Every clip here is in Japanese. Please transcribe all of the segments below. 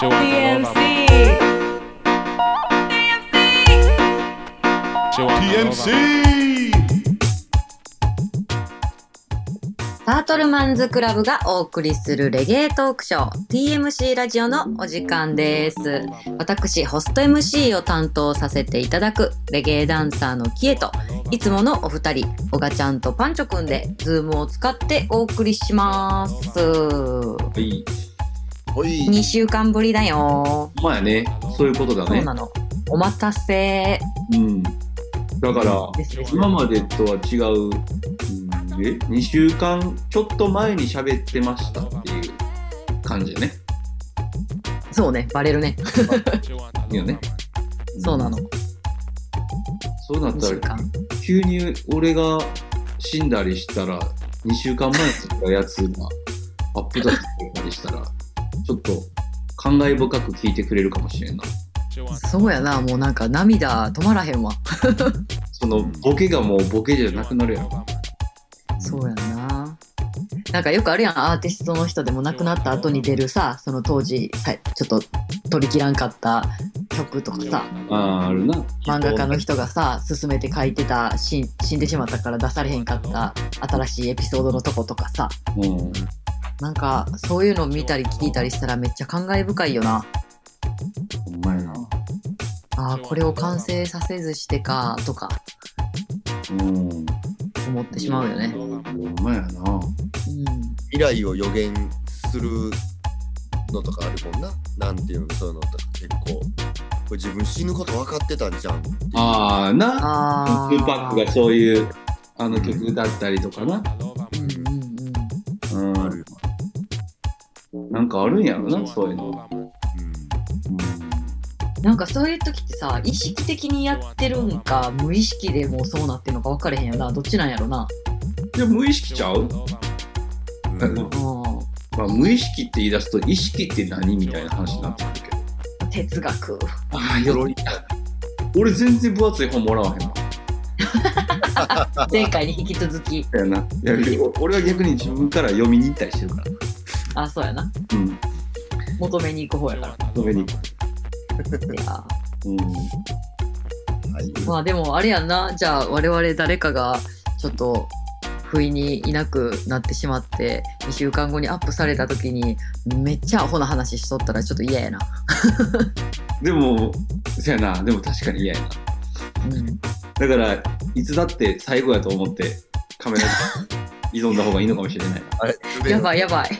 Joe DMC. Joe TMC! タートルマンズクラブがお送りするレゲエトークショー TMC ラジオのお時間です私ホスト MC を担当させていただくレゲエダンサーのキエといつものお二人オガちゃんとパンチョくんでズームを使ってお送りします2はい。ほい。週間ぶりだよまあね、そういうことだそうねな。のお待たせうん。だから、ですね今までとは違う、うん、え、2週間ちょっと前に喋ってましたっていう感じだね。そうねバレるねいいよね。そうなのそうなっ2た週ら、間急に俺が死んだりしたら、2週間前に作ったやつがアップだったりしたら、ちょっと感慨深く聞いてくれるかもしれんな。そうやなもうなんか涙止まらへんわそのボケがもうボケじゃなくなるやろ。そうやな。なんかよくあるやん、アーティストの人でも亡くなった後に出るさ、その当時さ、ちょっと取りきらんかった曲とかさ、ああ、あるな。漫画家の人がさ、進めて書いてた死ん、死んでしまったから出されへんかった新しいエピソードのとことかさ、うん。なんかそういうの見たり聞いたりしたらめっちゃ感慨深いよな。ほんまやな。ああ、これを完成させずしてか、とかうん。思ってしまうよね。ほんまやな。うん。未来を予言するのとかあるもんな。なんていうの、そういうのとか結構。これ自分死ぬこと分かってたんじゃん。ああな。ああ。スーパックがそういうあの曲歌ったりとかうな。んうんうん。うん。あるよ。なんかあるんやろな、そういうの。なんかそういう時ってさ意識的にやってるんか無意識でもうそうなってるのか分かれへんよなどっちなんやろなじゃ無意識ちゃう、うん。うんうまあ、無意識って言い出すと意識って何みたいな話になってくるけど。ん哲学ああ、よろい。俺全然分厚い本もらわへんわ。前回に引き続きやな。や俺は逆に自分から読みに行ったりしてるから。あそうやなうん。求めに行く方やか止めに行く。らいやうん。はい。まあでもあれやんなじゃあ我々誰かがちょっと不意にいなくなってしまって2週間後にアップされた時にめっちゃアホな話しとったらちょっと嫌やな、でも、そやな。でも確かに嫌やな。うん、だから、いつだって最後やと思って、カメラに 挑んだ方がいいのかもしれないな。あれ、やばい。いやばいト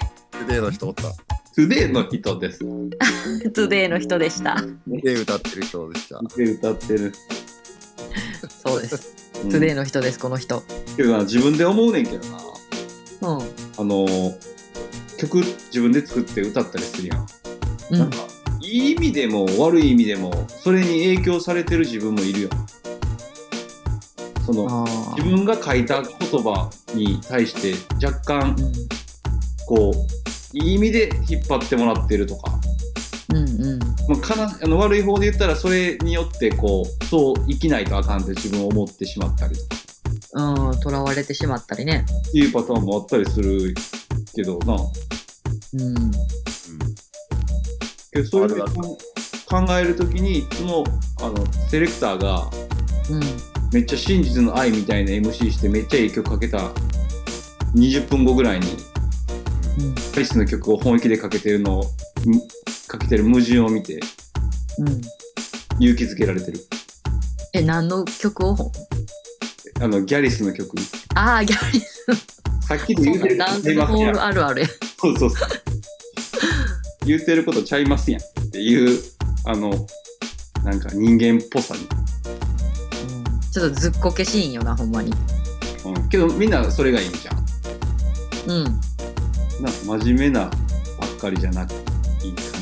ゥデイの人おった。トゥデイの人です。トゥデイの人でしたで歌ってる人でした。で歌ってる。そうですうんトゥデイの人ですこの人けどな、自分で思うねんけどな。うんあのー、曲自分で作って歌ったりするやん。うなんんか、いい意味でも悪い意味でも、それに影響されてる自分もいるよ。その、あー自分が書いた言葉に対して若干、うこう、いい意味で引っ張ってもらってるとか。んうんまあ、かなあの悪い方で言ったらそれによってこうそう生きないとあかんって自分を思ってしまったりとかうんとらわれてしまったりねっていうパターンもあったりするけどなうんけどそういうあるある考えるときにいつもあのセレクターがうんめっちゃ真実の愛みたいな MC してめっちゃいい曲かけた20分後ぐらいにうんアリスの曲を本気でかけてるのをむかけてる矛盾を見てうん勇気づけられてるえ何の曲をあのギャリスの曲さああギャリーっきその言ううだてるダンことスちゃいますホーやんルあるあるやそうそうそう。言ってることちゃいますやんっていう、あの、なんか人間っぽさに。ちょっとずっこけシーンよなほんまにうん、けどみんなそれがいいじゃん。うんな真面目なばっかりじゃなくていい感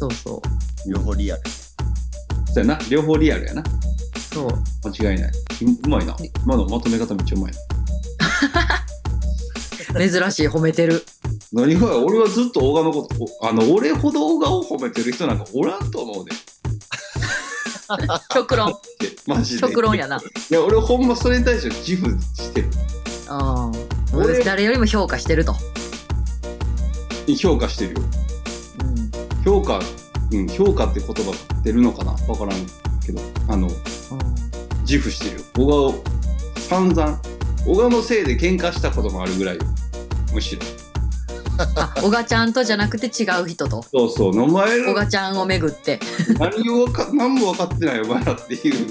そうそ両方リアル。じ。そうやな。両方リアルやな。うそう間違いない。ううまいな。今のまとめ方めっちゃうまい珍しい褒めてる な。何がや俺はずっとオガのこと、おあの、俺ほどオガを褒めてる人なんかおらんと思うで。極論ってマジで。極論やないや、俺ほんまそれに対して自負してる。うん俺誰よりも評価してると評価してるよ。うん評価、うん、評価って言葉が出るのかなわからんけど、あの、自負してるよ。小川を散々、小川のせいで喧嘩したこともあるぐらいよ、むしろ。あ小賀ちゃんとじゃなくて違う人とそうそう、名前小賀ちゃんをめぐって何をわか、何も分かってないお前らっていう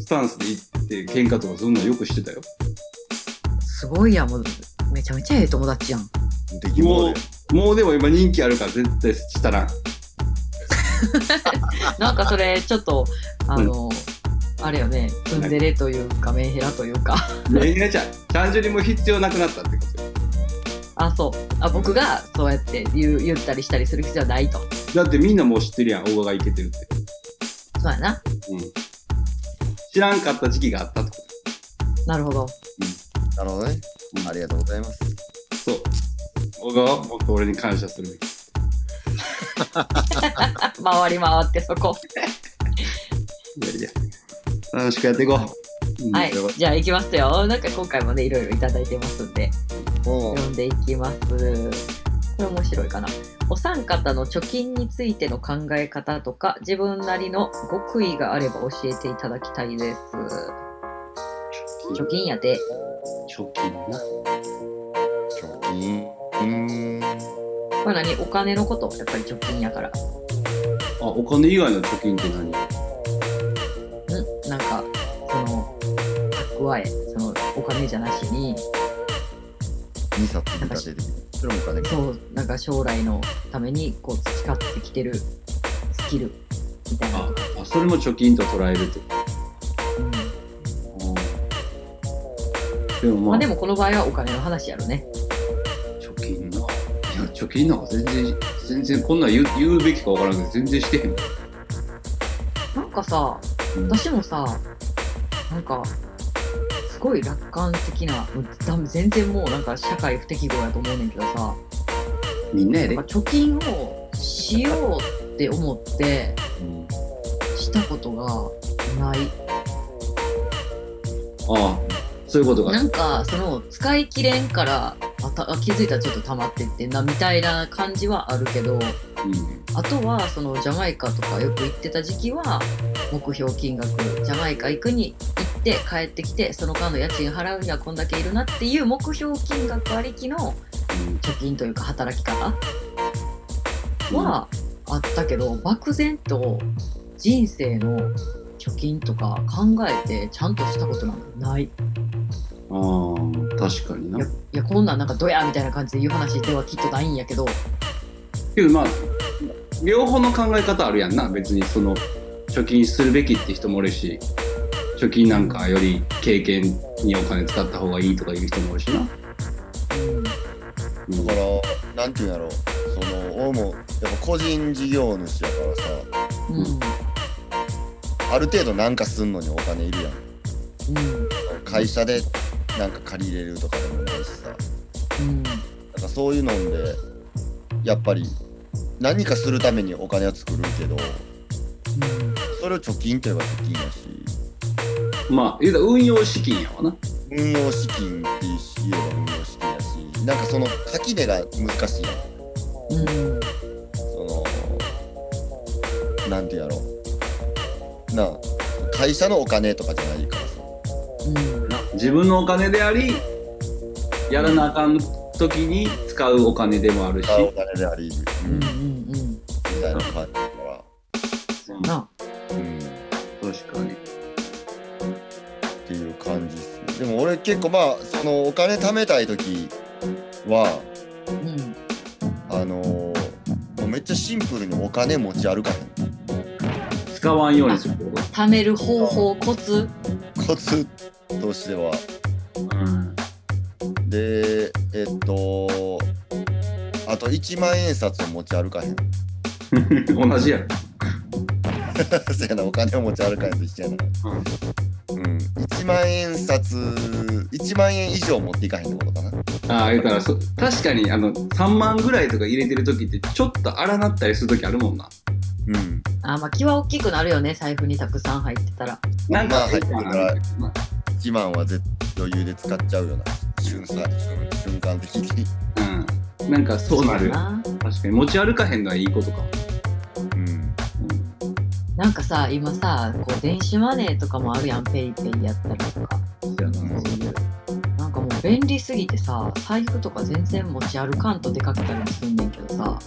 スタンスで行って、喧嘩とかそんなんよくしてたよ。すごいやんもうめちゃめちゃええ友達やん出来物でもうでも今人気あるから絶対したらん。なんかそれちょっとあの、あれよねツンデレというかメンヘラというか ねえちゃん、単純にもう必要なくなったってことよ。あそうあ僕がそうやって言う言ったりしたりする必要はないとだってみんなもう知ってるやん、大賀がいけてるって。そうやなうん。知らんかった時期があったってこなるほどなるほどねうんありがとうございますと。そう。大賀はもっと俺に感謝するべき。回り回ってそこいやいや。楽しくやっていこう。はいうんじゃあ行きますよなんか今回もねいろいろいただいてますんでおう読んでいきますこれ面白いかなお三方の貯金についての考え方とか自分なりの極意があれば教えていただきたいです貯金やで貯金な。貯金うんこれ何お金のことやっぱり貯金やからあ、お金以外の貯金って何んなんかその蓄えそのお金じゃなしに2冊見立ててそれもお金かそうなんか将来のためにこう培ってきてるスキルみたいなあ、あそれも貯金と捉えるってこうんと。でもままあ、あでもこの場合はお金の話やろね貯金な。いや、貯金なんか全然、全然こんなん言う言うべきかわからんけど、全然してへんわ。なんかさうん私もさなんかすごい楽観的なうんだ全然もうなんか社会不適合やと思うねんけどさみんなやなんか。で貯金をしようって思ってうんしたことがないああ、そういうことか。なんかその使い切れんからあたあ気づいたらちょっと溜まってってんなみたいな感じはあるけどうんあとはそのジャマイカとかよく行ってた時期は目標金額ジャマイカ行くに行って帰ってきてその間の家賃払うにはこんだけいるなっていう目標金額ありきの貯金というか働き方はあったけど漠然と人生の貯金とか考えてちゃんとしたことなんかない。うん、ああ、確かにいやな。いやこんなんなんかドヤみたいな感じで言う話ではきっとないんやけどけどまあ、両方の考え方あるやんな。別にその、貯金するべきって人もおるし、貯金なんかより経験にお金使った方がいいとかいう人もおるしな。うんだからなんていうんやろうその俺もやっぱ個人事業主やからさうんうんある程度なんかすんのにお金いるやん会社でなんか借りれるとかでもないしさうんなんかそういうのんでやっぱり何かするためにお金は作るけどそれを貯金といえば貯金やしまあ、言うたら運用資金やわな。運用資金って言えば運用資金やしなんかその垣根が難しいやんうんうんそのなんていうんやろうなあ会社のお金とかじゃないからさうんな自分のお金であり、やらなあかん時に使うお金でもあるし、お金であり、ううんん、みうんうんたいな感じだかうんなあら、うん、っ確かに。ていう感じっすねでも俺結構まあそのお金貯めたい時はうんあのーもうめっちゃシンプルにお金持ち歩かへん使わんようにするってこ貯める方法コツコツとしてはとうん。でえっとあと1万円札を持ち歩かへん同じやろ。 そやなお金を持ち歩かへんと一緒やなうんうん1万円札1万円以上持っていかへんってことかなああ、言うたらそ、確かに、あの、3万ぐらいとか入れてる時って、ちょっと荒なったりする時あるもんな。うんあまあ気は大きくなるよね財布にたくさん入ってたらなんまか、あ入ってたらまあ1万は絶余裕で使っちゃうよな瞬間瞬間的にうん。なんか、そうなるよ。な確かに、持ち歩かへんのはいいことか。なんかさ今さこう電子マネーとかもあるやんペイペイやったりとかやななんかもう便利すぎてさ財布とか全然持ち歩かんと出かけたりもすんねんけどさ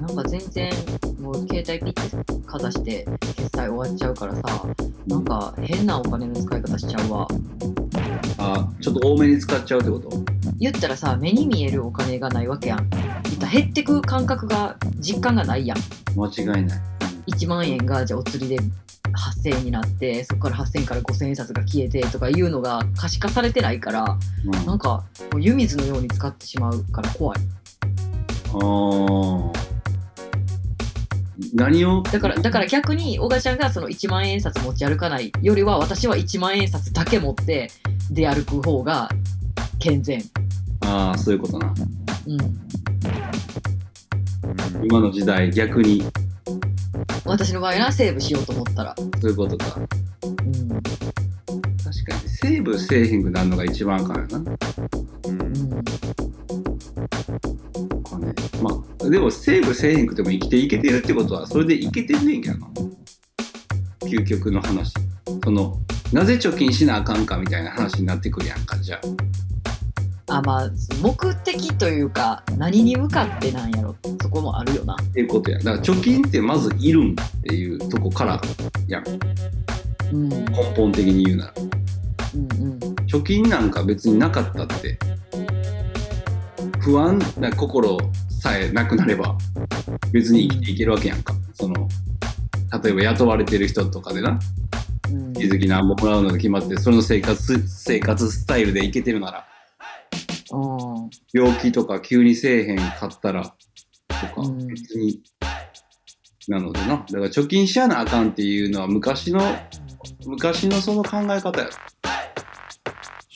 なんか全然もう携帯ピッてかざして決済終わっちゃうからさなんか変なお金の使い方しちゃうわあちょっと多めに使っちゃうってこと言ったらさ目に見えるお金がないわけやん言ったら減ってく感覚が実感がないやん間違いない1万円がじゃあお釣りで8000円になってそこから8000円から5000円札が消えてとかいうのが可視化されてないからうんなあんかもう湯水のように使ってしまうから怖いー何をだからだから逆に小賀ちゃんがその1万円札持ち歩かないよりは私は1万円札だけ持って出歩く方が健全ああそういうことなうんうん今の時代逆に私の場合なセーブしようと思ったらそういうことか確うんかにセーブせえへんくなるのが一番あかんよなうんうんお金まあでもセーブせえへんくても生きていけてるってことはそれでいけてんねんけどな究極の話そのなぜ貯金しなあかんかみたいな話になってくるやんかじゃああまあ目的というか何に向かってなんやろそこもあるよなっていうことやだから貯金ってまずいるんっていうとこからやん根うんうん本的に言うならうん貯金なんか別になかったって不安な心さえなくなれば別に生きていけるわけやんかその例えば雇われてる人とかでなうん月々何本もらうのが決まってそれの生活生活スタイルでいけてるならうん病気とか急にせえへんかったらとかうん別に、なのでなだから貯金しやなあかんっていうのは昔の昔のその考え方やろ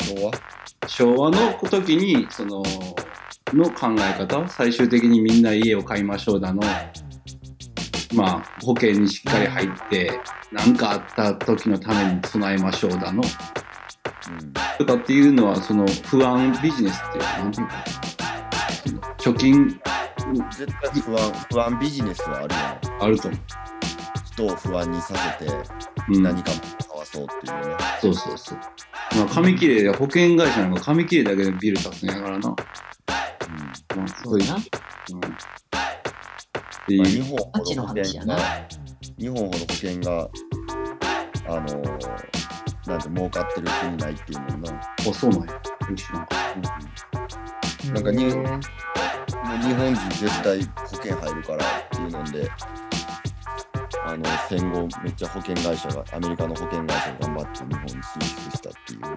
昭和昭和の時にそのの考え方最終的にみんな家を買いましょうだのまあ保険にしっかり入って何かあった時のために備えましょうだのとかっていうのはその不安ビジネスっていうのかな貯金絶対不安不安ビジネスはあるよねあると思人を不安にさせてう、うん、何かかわそうっていうねそうそうそうまあ紙切れで保険会社なんか紙切れだけでビル建つんやからな、まあ、そうやなうんっうてんまあ、い日う本ほ価値どの保話や険なが日本ほど保険があのーなんて儲かってる国ないっていうもんなあそうなんやよしななんかにもう日本人絶対保険入るからっていうのであの戦後めっちゃ保険会社がアメリカの保険会社が頑張って日本に進出したっていう、うん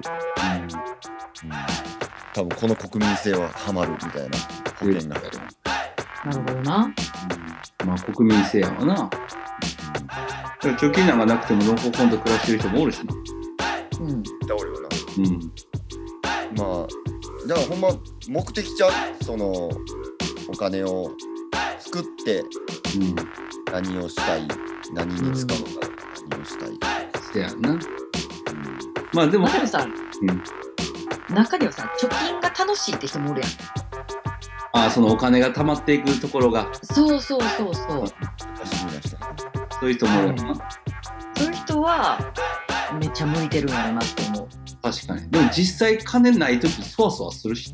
多分この国民性はハマるみたいな保険が入る、なるほどなまあ国民性やわな。でも貯金なんかなくてものほほんと暮らしてる人もおるしな。うん倒れるなうん。まあだからほんま目的ちゃうそのお金を作ってうん。何をしたい何に使うのか、何をしたいか、せやんな。まあでもまあ、でもさ、う中にはさ貯金が楽しいって人もおるやんああ、そのお金が溜まっていくところが、そうそうそうそう楽しみな人そういう人もおるやんな。そういう人はめっちゃ向いてるんやろなって思う確かに。でも実際金ないときそわそわするし。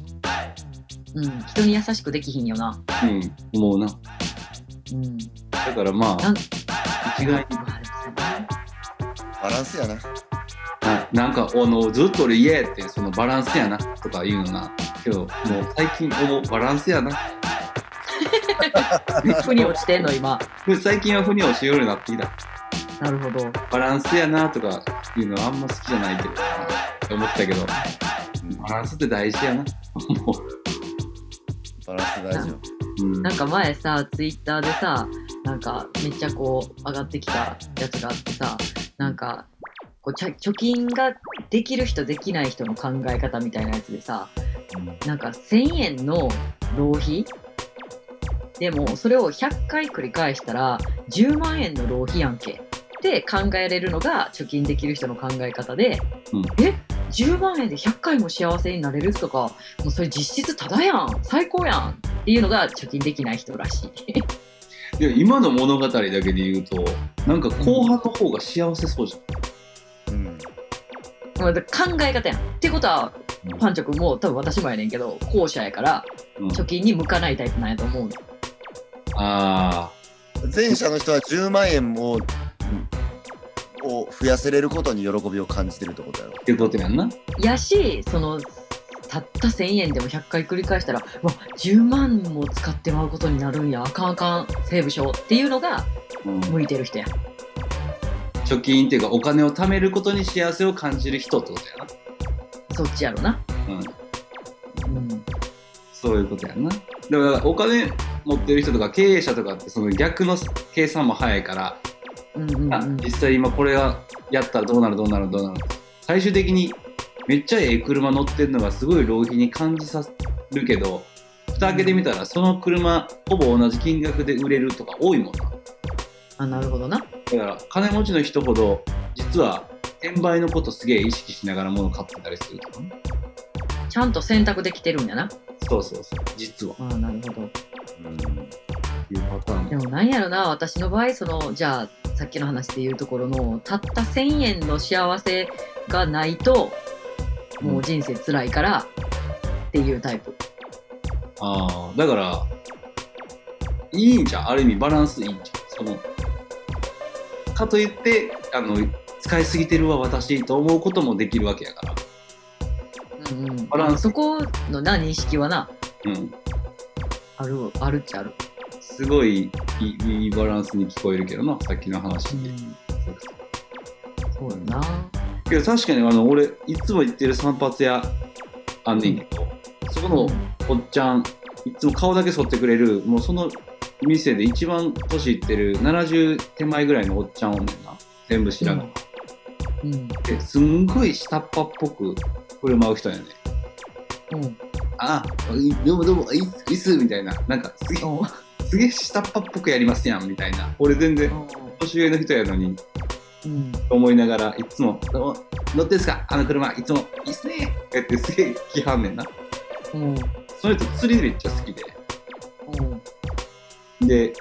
うん人に優しくできひんよなうん。思うな。うんだからまなんあ、一概に。まあでもさなバランスやなはいなんか、あの、ずっと俺イエーって、そのバランスやなとか言うのな。けど、もう最近、このバランスやな。腑に落ちてんの今最近は腑に落ちるようになってきた。なるほどバランスやなとかいうのはあんま好きじゃないけどなって思ってたけど、バランスって大事やな。もバランス大事よう、うん、なんか前さ、ツイッターでさ、なんかめっちゃこう上がってきたやつがあってさ、なんかこうちゃ貯金ができる人できない人の考え方みたいなやつでさ、なんか1000円の浪費でもそれを100回繰り返したら10万円の浪費やんけって考えれるのが貯金できる人の考え方で、うんえ10万円で100回も幸せになれるとかもうそれ実質ただやん最高やんっていうのが貯金できない人らしい。いや今の物語だけで言うとなんか後半の方が幸せそうじうん もうだから考え方やん。ってことは、パンチョ君も多分私もやねんけど、後者やから、ゃん、うん貯金に向かないタイプなんやと思う。あ前者の人は10万円もを増やせれることに喜びを感じてるってことやろーってことやんなやし、その、たった1000円でも100回繰り返したら、うわ、10万も使ってまうことになるんや、あかんあかん、セーブしようっていうのがうん向いてる人やん。貯金っていうかお金を貯めることに幸せを感じる人ってことやそっちやろな。な、うん、うん。そういうことやなだからお金持ってる人とか経営者とかってその逆の計算も早いから、うんうんうあん。実際今これがやったらどうなるどうなるどうなる最終的にめっちゃええ車乗ってるのがすごい浪費に感じさせるけど蓋開けてみたらその車ほぼ同じ金額で売れるとか多いもんなあ、なるほどな。だから金持ちの人ほど実は転売のことすげえ意識しながら物買ってたりするとかねちゃんと選択できてるんやな。そうそうそう実はああ、なるほど。いうパターンでもなんやろな私の場合そのじゃあさっきの話で言うところのたった1,000円の幸せがないともう人生辛いからっていうタイプ、ああだからいいんじゃんある意味バランスいいんじゃんそのかといってあの使いすぎてるわ私と思うこともできるわけやからうんうん、バランスそこのな認識はなうんあるあるっちゃある、すごいいいいいバランスに聞こえるけどなさっきの話で、そうよなけど確かにあの俺いつも行ってる散髪屋あんねんけど、そこのおっちゃんいつも顔だけ剃ってくれるもうその店で一番年いってる70手前ぐらいのおっちゃんおんねんな全部知らない、うんえすんごい下っ端っぽく振る舞う人やねうんうんああどうもどうもいいっすいいっすみたいななんかすげえすげえ下っ端っぽくやりますやんみたいな俺全然年上の人やのにうんと思いながらいつも「どうも乗ってんすかあの車いつもいいっすね」ってやってすげえ来はんねんなうんその人釣りめっちゃ好きでうんで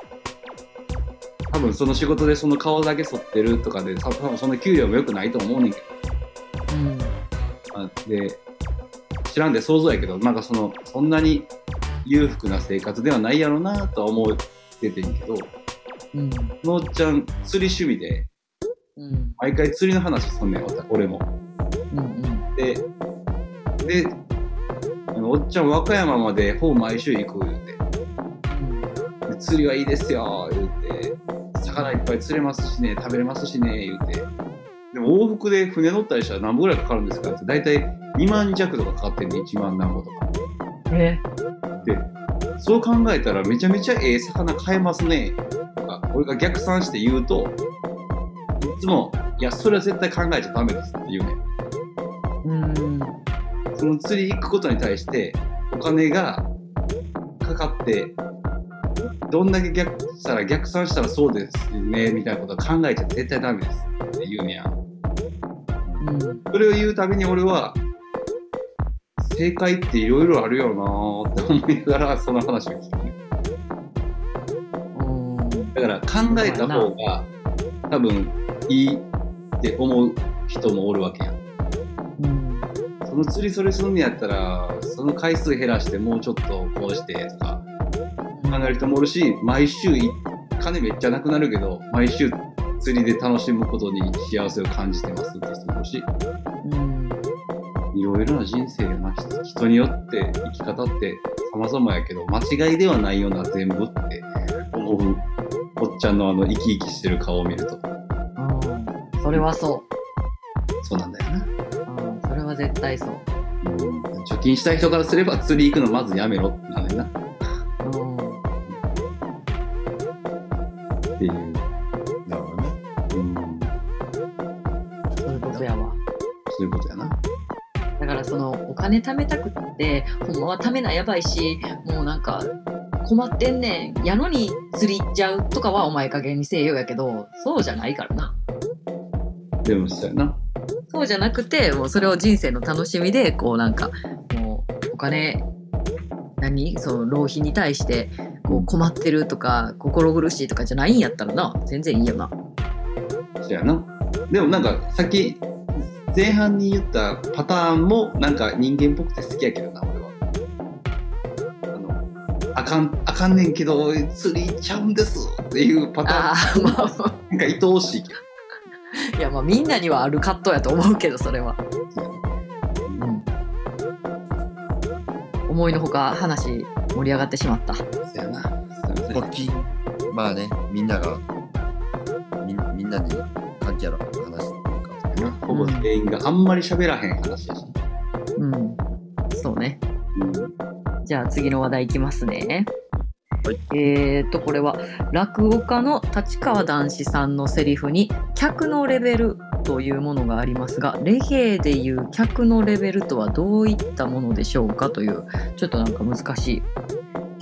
多分その仕事でその顔だけ剃ってるとかで多分その給料も良くないと思うねんけどうんあで知らんで想像やけどなんかそのそんなに裕福な生活ではないやろなとは思っててんけどうんのおっちゃん釣り趣味でうん毎回釣りの話すんねんわた俺も。うんでであのおっちゃん和歌山までほぼ毎週行く言うてで釣りはいいですよ言うて魚いっぱい釣れますしね食べれますしね言うてでも往復で船乗ったりしたら何本ぐらいかかるんですかって大体2万弱とかかかってんね1万何本とか。えそう考えたらめちゃめちゃええ魚買えますねとか俺が逆算して言うといつも「いやそれは絶対考えちゃダメです」って言うねうんその釣り行くことに対してお金がかかってどんだけ逆したら逆算したらそうですねみたいなことは考えちゃ絶対ダメですって言うねやうんそれを言うたびに俺は正解っていろいろあるよなーって思いながらその話を聞くねうんだから考えた方が多分いいって思う人もおるわけやん。うんその釣りそれすんねやったらその回数減らしてもうちょっとこうしてとか考える人もおるし毎週い金めっちゃなくなるけど毎週釣りで楽しむことに幸せを感じてますって人もおるしうんいろいろな人生やな人人によって生き方って様々やけど間違いではないような全部って思うおっちゃんのあの生き生きしてる顔を見るとうんそれはそそうなんだよな。う、うん、それは絶対そう、貯金したい人からすれば釣り行くのまずやめろってなんだよなうん、っていう、なるほどねうん、そういうことやわそういうことやな。だからそのお金貯めたくってほんまは貯めなやばいしもうなんか困ってんねんやのに釣り行っちゃうとかはお前加減にせえよやけどそうじゃないからなでもそうやな。そうじゃなくてもうそれを人生の楽しみでこうなんかもうお金何その浪費に対してこう困ってるとか心苦しいとかじゃないんやったらな全然いいよなそやな。でもなんか、さっき、前半に言ったパターンも、なんか人間っぽくて好きやけどな、俺は。あの、あかん、あかんねんけど、釣り行っちゃうんですっていうパタあーあまあまン、なんか愛おしいけあいやまあみんなにはある葛藤やと思うけどそれは、ど。思いのほか話盛り上がってしまったそやな。そやまなあ、きまあね、みんなが、みみんなで関係ある話とか、ほぼ全員があんまり喋らへん話やし。うんそうねうんじゃあ次の話題いきますね。はいえーとこれは落語家の立川談志さんのセリフに「客のレベル」というものがありますがレゲエでいう「客のレベル」とはどういったものでしょうかというちょっとなんか難しい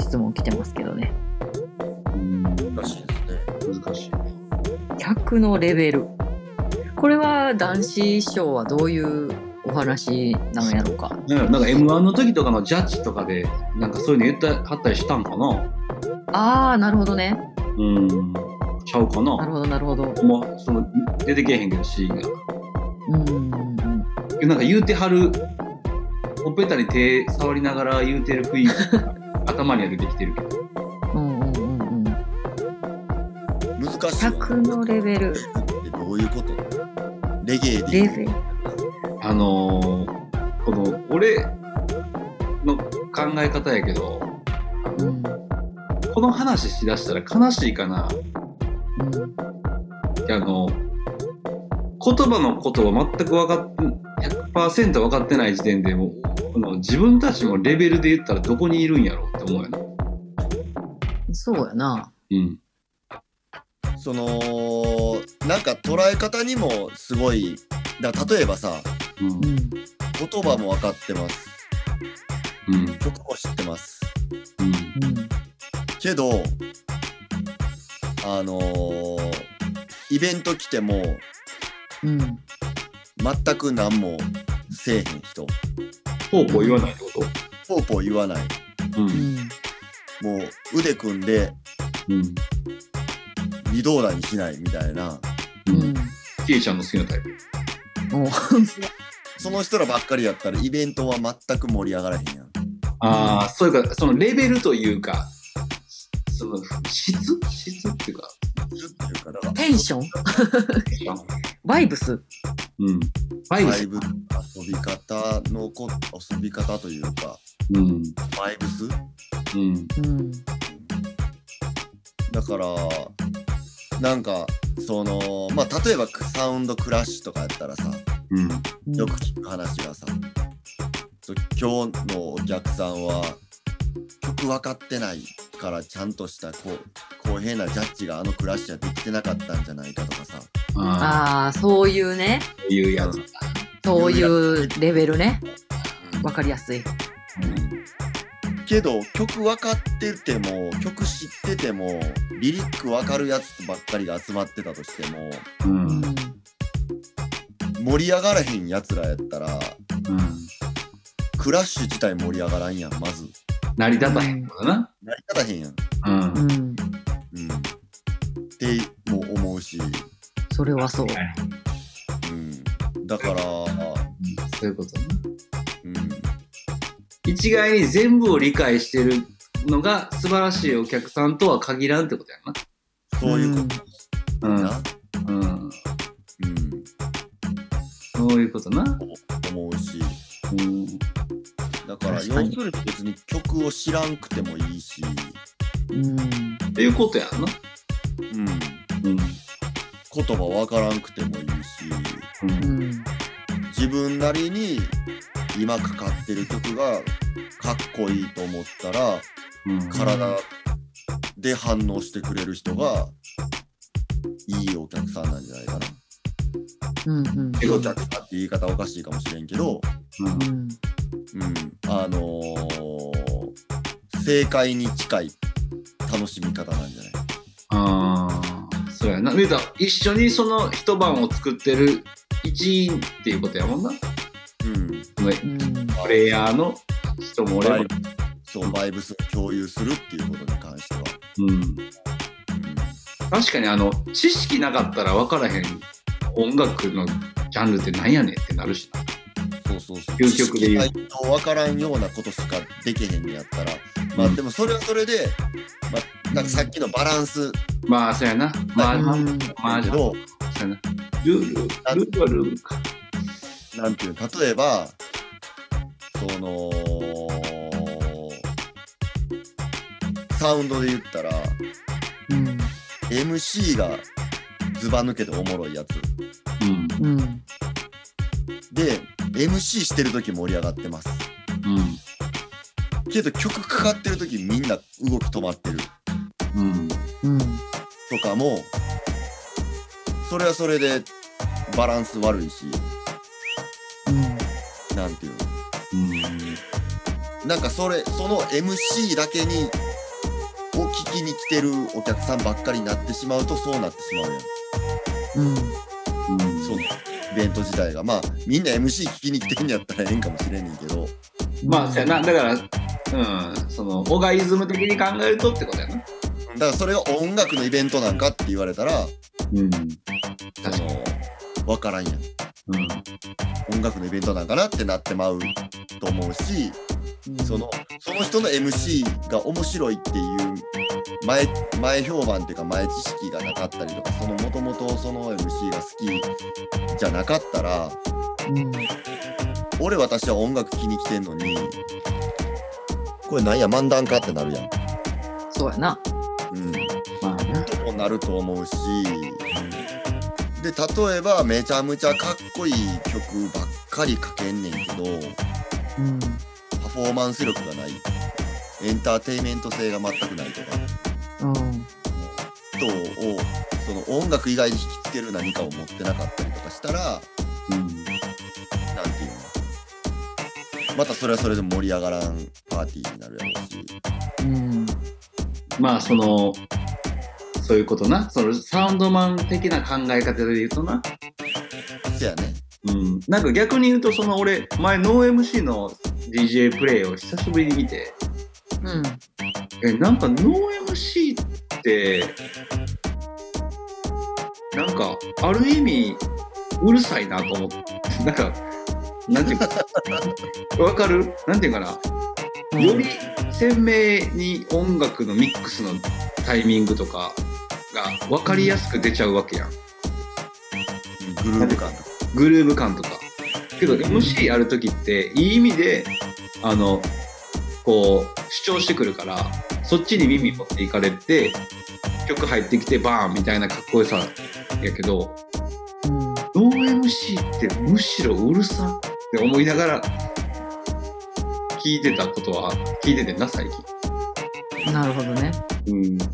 質問来てますけどね。うんらしいですね。難しい。客のレベルこれは談志師匠はどういうお話なんやろうか。なんか M1 の時とかのジャッジとかで、なんかそういうの言ったはったりしたんかなあーなるほどね。うん。ちゃうかななるほどなるほど。もうその出てけえへんけどシーンうんうんうんがなんか言うてはるほっぺたに手触りながら言うてる雰囲気が頭には出てきてるけどうんうんうんうん。難しいわ。客のレベル、ってどういうことレゲエでレいいベル。あのー、この俺の考え方やけどうん。この話しだしたら悲しいかなうん。あの言葉のことを全く分かって100%分かってない時点でもうこの自分たちのレベルで言ったらどこにいるんやろうって思うよな。そうやな。うん、そのなんか捉え方にもすごいだ例えばさうんうん。言葉も分かってますうん曲も知ってますうんけどあのーイベント来てもうん。うん。全く何もせえへん人ポーポー言わないってこポーポー言わないと、うう、ん。もう腕組んでうん。微動だにしないみたいなうん。キエちゃんの好きなタイプ。おその人らばっかりやったらイベントは全く盛り上がらへんやんああ、そういうか、そのレベルというか、その質質っていうか、っていうかだからテンションバイブスうん。バイブバイス。ブ遊び方のこ遊び方というかうん。バイブスうん。うん。だからなんかそのまあ例えばサウンドクラッシュとかやったらさうん。よく聞く話がさ、そう今日のお客さんは曲分かってないからちゃんとしたこう公平なジャッジがあのクラッシュはできてなかったんじゃないかとかさああ、ああ、そういうね。こういうやつ。そういうレベルね。わかりやすい。けど曲分かってても曲知っててもリリック分かるやつばっかりが集まってたとしてもうん。う。うんん。盛り上がらへんやつらやったらクラッシュ自体盛り上がらんやんまず成り立たへんからな。成り立たへんやん、うんう。ん。うん、っても思うし、それはそう。うん、だから、そういうことね。うん、一概に全部を理解してるのが素晴らしいお客さんとは限らんってことやそういうことな。な、うん。うん。うんそういうことな。思うしうん。だから確要かすにるに別に曲を知らんくてもいいし、うん。っていうことやんな。うん、うん。言葉わからんくてもいいしうんうん。自分なりに今かかってる曲がかっこいいと思ったらうん体で反応してくれる人がいいお客さんなんじゃないかな。うん。うん。いいお客さんって言い方おかしいかもしれんけど、うん。うん、あのー正解に近い楽しみ方なんじゃないああ、そうやな。でだ一緒にその一晩を作ってる一員っていうことやもんな。うん、そのうん。プレイヤーの人もおれば、はいそそうバイブスを共有するっていうことに関してはうん、確かにあの知識なかったら分からへん音楽のジャンルってなんやねんってなるしなそうそうそう究極で言う知識ないと分からんようなことしかできへんにやったらまあでもそれはそれで、まあ、なんかさっきのバランスまあそうやなまあ、うまあんまあだけど、そうやなルールルールはルールかなんていうの例えばそのサウンドで言ったら MC がずば抜けておもろいやつうんうんうんで MC してる時盛り上がってますけど曲かかってる時みんな動き止まってるうんうんうんとかもそれはそれでバランス悪いしなんていううんのなんかそれその MC だけにを聞きに来てるお客さんばっかりになってしまうとそうなってしまうやんうんうんそうイベント自体がまあみんな MC 聞きに来てんやったらええんかもしれんねんけどまあそうやなだからうんそのオガイズム的に考えるとってことやなだからそれが音楽のイベントなんかって言われたらうんそ確かにの分からんやんうん音楽のイベントなんかなってなってまうと思うしそのその人の MC が面白いっていう前前評判っていうか前知識がなかったりとかそのもともとその MC が好きじゃなかったらうん俺私は音楽聴きに来てんのにこれなんや漫談かってなるやん。そうやなうんまあなともなると思うし、で例えばめちゃめちゃかっこいい曲ばっかり書けんねんけどうんパフォーマンス力がないエンターテインメント性が全くないとかうん人をその音楽以外に引きつける何かを持ってなかったりとかしたらうんなんていうのまたそれはそれで盛り上がらんパーティーになるやろうし。うんまあそのそういうことなそのサウンドマン的な考え方で言うとな、せやね。うん、なんか逆に言うとその俺前ノー MC の DJ プレイを久しぶりに見てうんえなんかノー MC ってなんかある意味うるさいなと思ってなんかなんていうかわかるなんていうかなより鮮明に音楽のミックスのタイミングとかが分かりやすく出ちゃうわけやんグルーヴ感とか。グルーヴ感とかけど MC やる時っていい意味であのこう主張してくるからそっちに耳持っていかれて曲入ってきてバーンみたいなかっこよさやけどうんノー MC ってむしろうるさって思いながら聞いてたことは聞いててんな最近。なるほどねうん、だ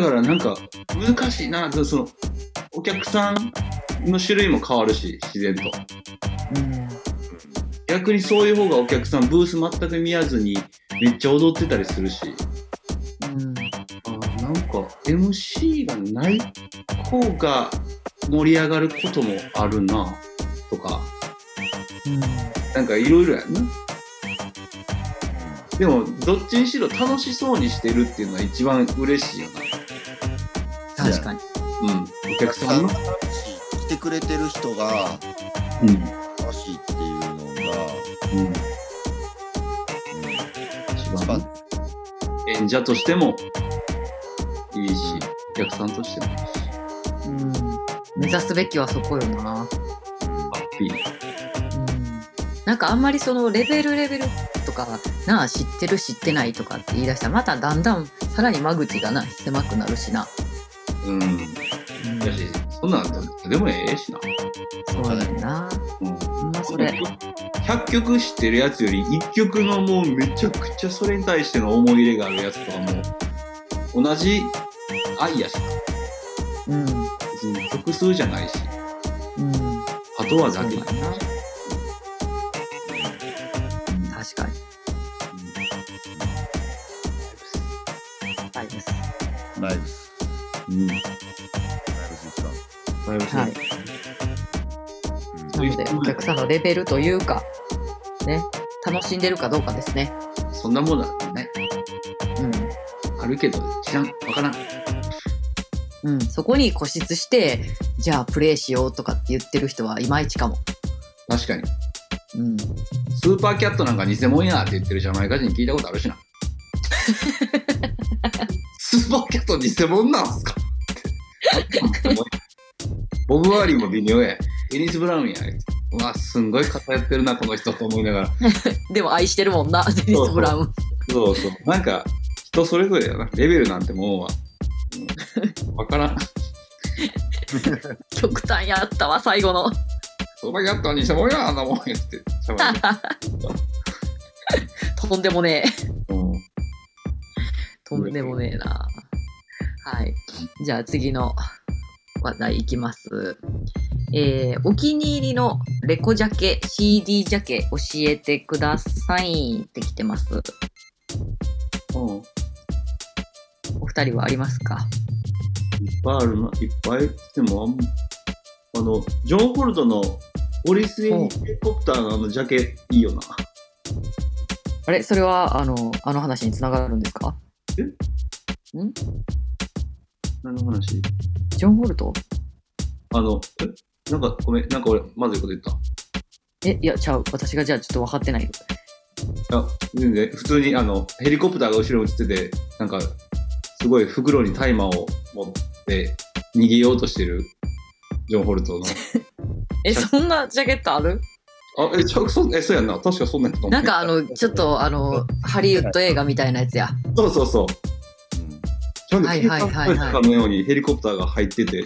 からなんか難しいなそそのお客さんの種類も変わるし自然とうん逆にそういう方がお客さんブース全く見やずにめっちゃ踊ってたりするしうんあーなんか MC がない方が盛り上がることもあるなとかなんかいろいろやんなでもどっちにしろ楽しそうにしてるっていうのは一番嬉しいよな確かにうんおお客さんのが楽しい来てくれてる人がうん楽しいっていうのが、うんうん、一一番番演者としてもいいし、お客さんとしてもいいし、うん目指すべきはそこよなハッピうー。んなんかあんまりそのレベルレベルとかなあ知ってる知ってないとかって言い出したらまただんだんさらに間口がな狭くなるしな、うん。うんだし、そんなんどうでもええしな。そうやんなうん。ほんまそれ100曲知ってるやつより1曲のもうめちゃくちゃそれに対しての思い入れがあるやつとかも同じ愛やしなうん別に曲数じゃないしうんあとはそだうけやんな確かにはいですライブス。うんライブス一番。はいなのでお客さんのレベルというかね楽しんでるかどうかですねそんなもんだねあるけど知らんわからんうん、そこに固執してじゃあプレイしようとかって言ってる人はいまいちかも、確かにうん、スーパーキャットなんか偽物やって言ってるジャマイカ人に聞いたことあるし なスーパーキャット偽物なんすか ってボブ・ワーリーも微妙やエニス・ブラウンやうわすんごい偏ってるなこの人と思いながらでも愛してるもんなデニス・ブラウンそうそうなんか人それぞれやなレベルなんてもう は、うん、分からん極端やったわ最後のスーパーキャットは偽物やあんなもんやってジャマイカとんでもねえ人うんとんでもねえな。はい。じゃあ次の話題いきます。えー、お気に入りのレコジャケ、CD ジャケ教えてくださいってきてます。うんお二人はありますかいっぱいあるな、いっぱいでもあん、あの、ジョン・ホルドのオリスエうんヘリコプターのあのジャケ、いいよな。あれそれは、あの、あの話につながるんですか何の話ジョン・ホルトあの、えなんかごめん、なんか俺、まずいこと言った。え、いや、ちゃう。私がじゃあちょっと分かってない。いや、全然、普通にあの、ヘリコプターが後ろに映ってて、なんか、すごい袋に大麻を持って逃げようとしてる、ジョン・ホルトの。え、そんなジャケットあるあ、え、ちょ、そ、え、そうやんな。確かそんなんやったと思うなんかあの、ちょっとあの、ハリウッド映画みたいなやつや。そうそうそう。ちゃんとはいはいはいはいかのようにヘリコプターが入ってて、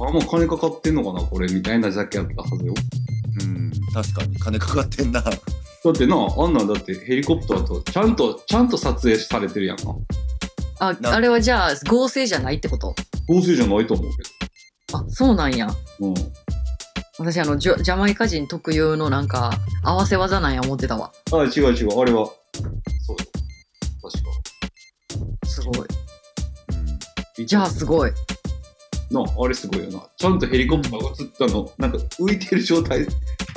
あ、もう金かかってんのかな、これ、みたいなジャケやったはずよ。うん、うん、確かに金かかってんな。だってな、あんなんだってヘリコプターと、ちゃんと、ちゃんと撮影されてるやんな。あ、なあれはじゃあ合成じゃないってこと合成じゃないと思うけあ、そうなんや。ど。うん。私あのジャジャマイカ人特有のなんか合わせ技なんや思ってたわあ、違う違う、あれは。そうよ。確か。すごいうんじゃあすごいな、あれすごいよな。ちゃんとヘリコプターが映ったの、なんか浮いてる状態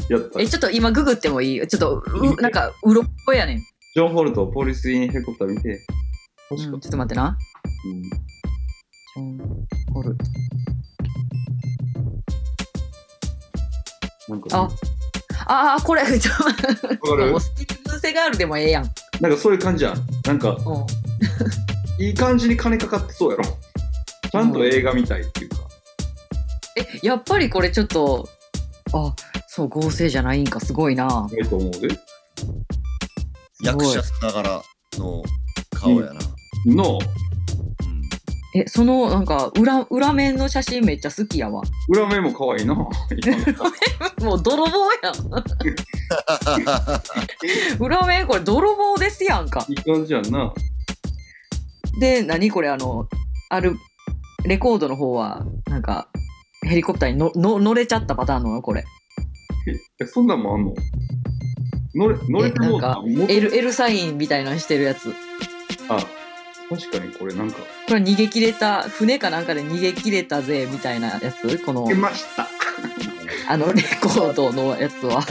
やった。えジちょっと今ググってもいいちょっとうなんかうろこやねん、ョン・ホルト、ポリス・イン・ヘリコプター見て。確かうん、ちょっと待ってなうんジョン・ホルトなんか、あああこれ ちょわかるもうスティーブン・セガールでもええやん、なんかそういう感じやん。なんか、うん、いい感じに金かかってそうやろ。ちゃんと映画みたいっていうか。えやっぱりこれちょっとあそう合成じゃないんかすごいなええと思うで。す役ごい者さながらの顔やな。の、うんえそのなんか裏裏面の写真めっちゃ好きやわ裏目も可愛いな。もう泥棒やん 裏面これ泥棒ですやんかいい感じやんな。で何これあのあるレコードの方はなんかヘリコプターにのの乗れちゃったパターンなのこれえ、そんなんもあんの乗れ、乗れてもうたもっと L, L サインみたいなのしてるやつこあ、確かにこれなんか。れ逃げ切れた船かなんかで逃げ切れたぜみたいなやつこの出ました。あのレコードのやつ は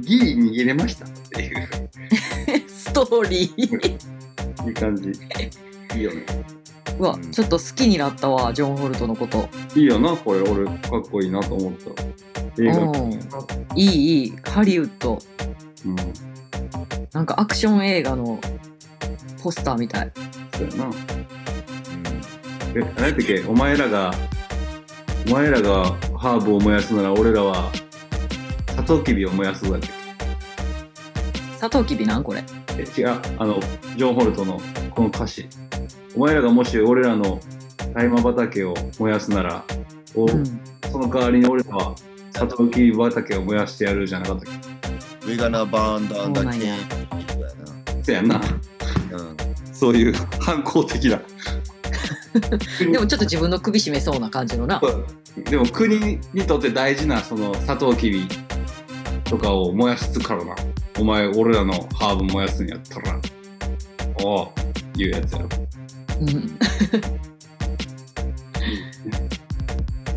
ギリ逃げれましたっていう。ストーリーいい感じ。いいよね。うわちょっと好きになったわジョン・ホルトのこといいよな、これ。俺、かっこいいなと思った。映画。うんいいいいハリウッドうん。なんかアクション映画のポスターみたいそうやな。え、何やったっけお前らが、お前らがハーブを燃やすなら俺らは、サトウキビを燃やすぞやったっサトウキビなんこれけえ、違う、あの、ジョン・ホルトのこの歌詞。お前らがもし俺らの大麻畑を燃やすなら、うおんその代わりに俺らはサトウキビ畑を燃やしてやるじゃなかったっ We're gonna burn down そう the なんや cave やけそうやんな。な。うんそういう反抗的 な。でもちょっと自分の首絞めそうな感じのなでも国にとって大事なそのサトウキビとかを燃やすからな。お前、俺らのハーブ燃やすんやったら。おう、いうやつやろ。うん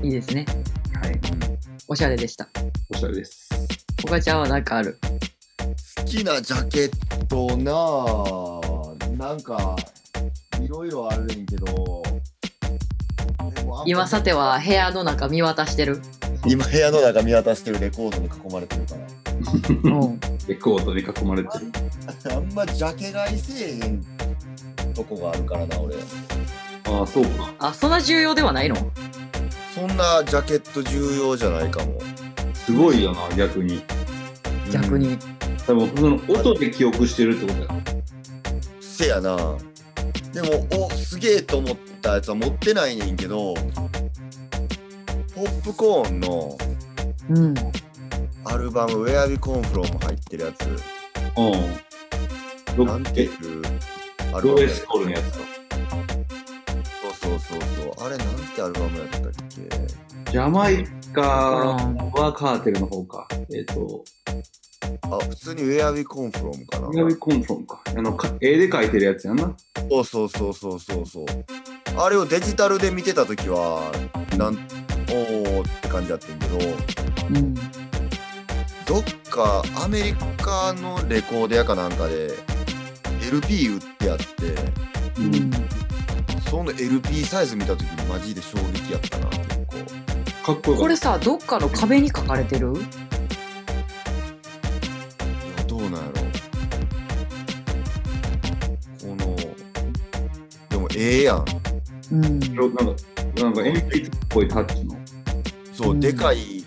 いいですね。はい。おしゃれでした。おしゃれです。おかちゃんはなんかある。好きなジャケットなあなんかろいろあるねんけどでもあんま今さては部屋の中見渡してる。今部屋の中見渡してるレコードに囲まれてるからうん。レコードに囲まれてる。あんまジャケ買いせえへんとこがあるからな俺ああ、そうか。あ、そんな重要ではないのそんなジャケット重要じゃないかもすごいよな、逆に。逆に。多分その音で記憶してるってことだよ。せやなでもおすげえと思ったやつは持ってないねんけどポップコーンのうん。アルバム「Where We Come From」入ってるやつうん。なんてえいうアルバロームエやスコールのやつか。そうそうそうそうあれなんてアルバムやったっけジャマイカわからんはカーテルの方か。えっ、と、あ普通に「Where We Come From」かなミナミコンフォンか。あの、か絵で描いてるやつやな。そうそうそうそうそうそうあれをデジタルで見てた時はなんおおって感じだったんやけどうん。どっかアメリカのレコード屋かなんかで LP 売ってあってうん。その LP サイズ見た時マジで衝撃やったな結構かっこよこかれっさ、どっかの壁に書かれてるいやどうなんやろこのでもええやんうん。た。なんか、なんか鉛筆っぽいタッチの。そう、うんでかい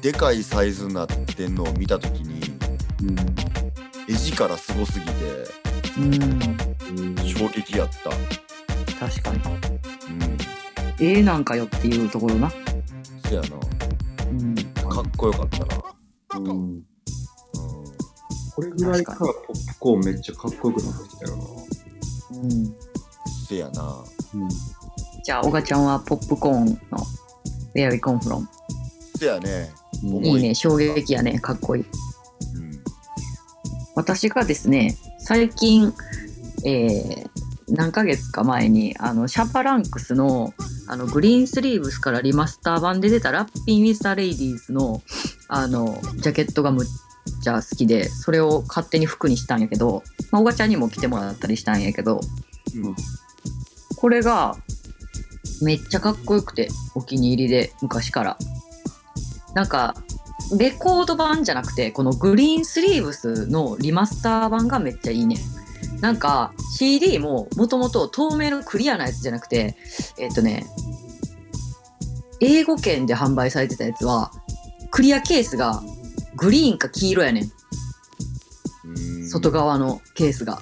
でかいサイズになってんのを見た時にう絵力すごすぎてうん。ん。衝撃やった確かに。うんええなんかよっていうところな。そやなうん。かっこよかったなうんうんこれぐらいからポップコーンめっちゃかっこよくなってきたよな。うん。せやなうん。じゃあ、おがちゃんはポップコーンの Where We Come From。せやねうんいいね、衝撃やね、かっこいい。うん私がですね、最近、えー何ヶ月か前に、あの、シャパランクスの、あの、グリーンスリーブスからリマスター版で出たラッピン・ウィスター・レイディーズの、あの、ジャケットがむっちゃ好きで、それを勝手に服にしたんやけど、まあ、おがちゃんにも着てもらったりしたんやけど、うんこれがめっちゃかっこよくてお気に入りで昔からなんかレコード版じゃなくてこのグリーンスリーブスのリマスター版がめっちゃいいねなんか CD ももともと透明のクリアなやつじゃなくてえっ、とね英語圏で販売されてたやつはクリアケースがグリーンか黄色やねんうん外側のケースが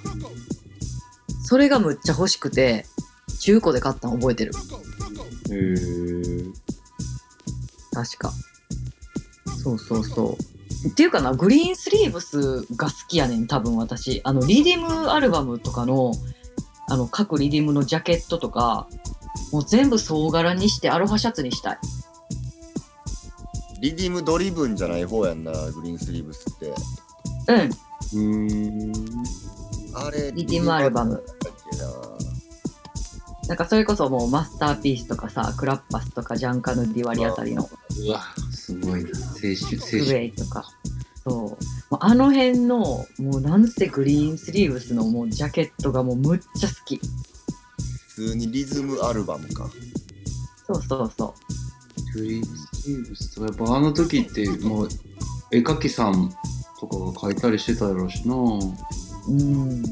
それがむっちゃ欲しくて中古で買ったの覚えてるへー確かそうそうそうっていうかなグリーンスリーブスが好きやねん多分私あのリディムアルバムとかのあの各リディムのジャケットとかもう全部総柄にしてアロハシャツにしたいリディムドリブンじゃない方やんなグリーンスリーブスってうんうーん。あれリディムアルバムだっけななんかそれこそもうマスターピースとかさクラッパスとかジャンカヌディワリあたりのうわ、すごいな。青春、スウ青春。ェイとか。そう。もうあの辺の、もうなんせグリーンスリーブスのもうジャケットがもうむっちゃ好き。普通にリズムアルバムかそうそうそグリーンスティーブスとかやっぱあの時ってもう絵描きさんとかが描いたりしてたやろうしなう。うん。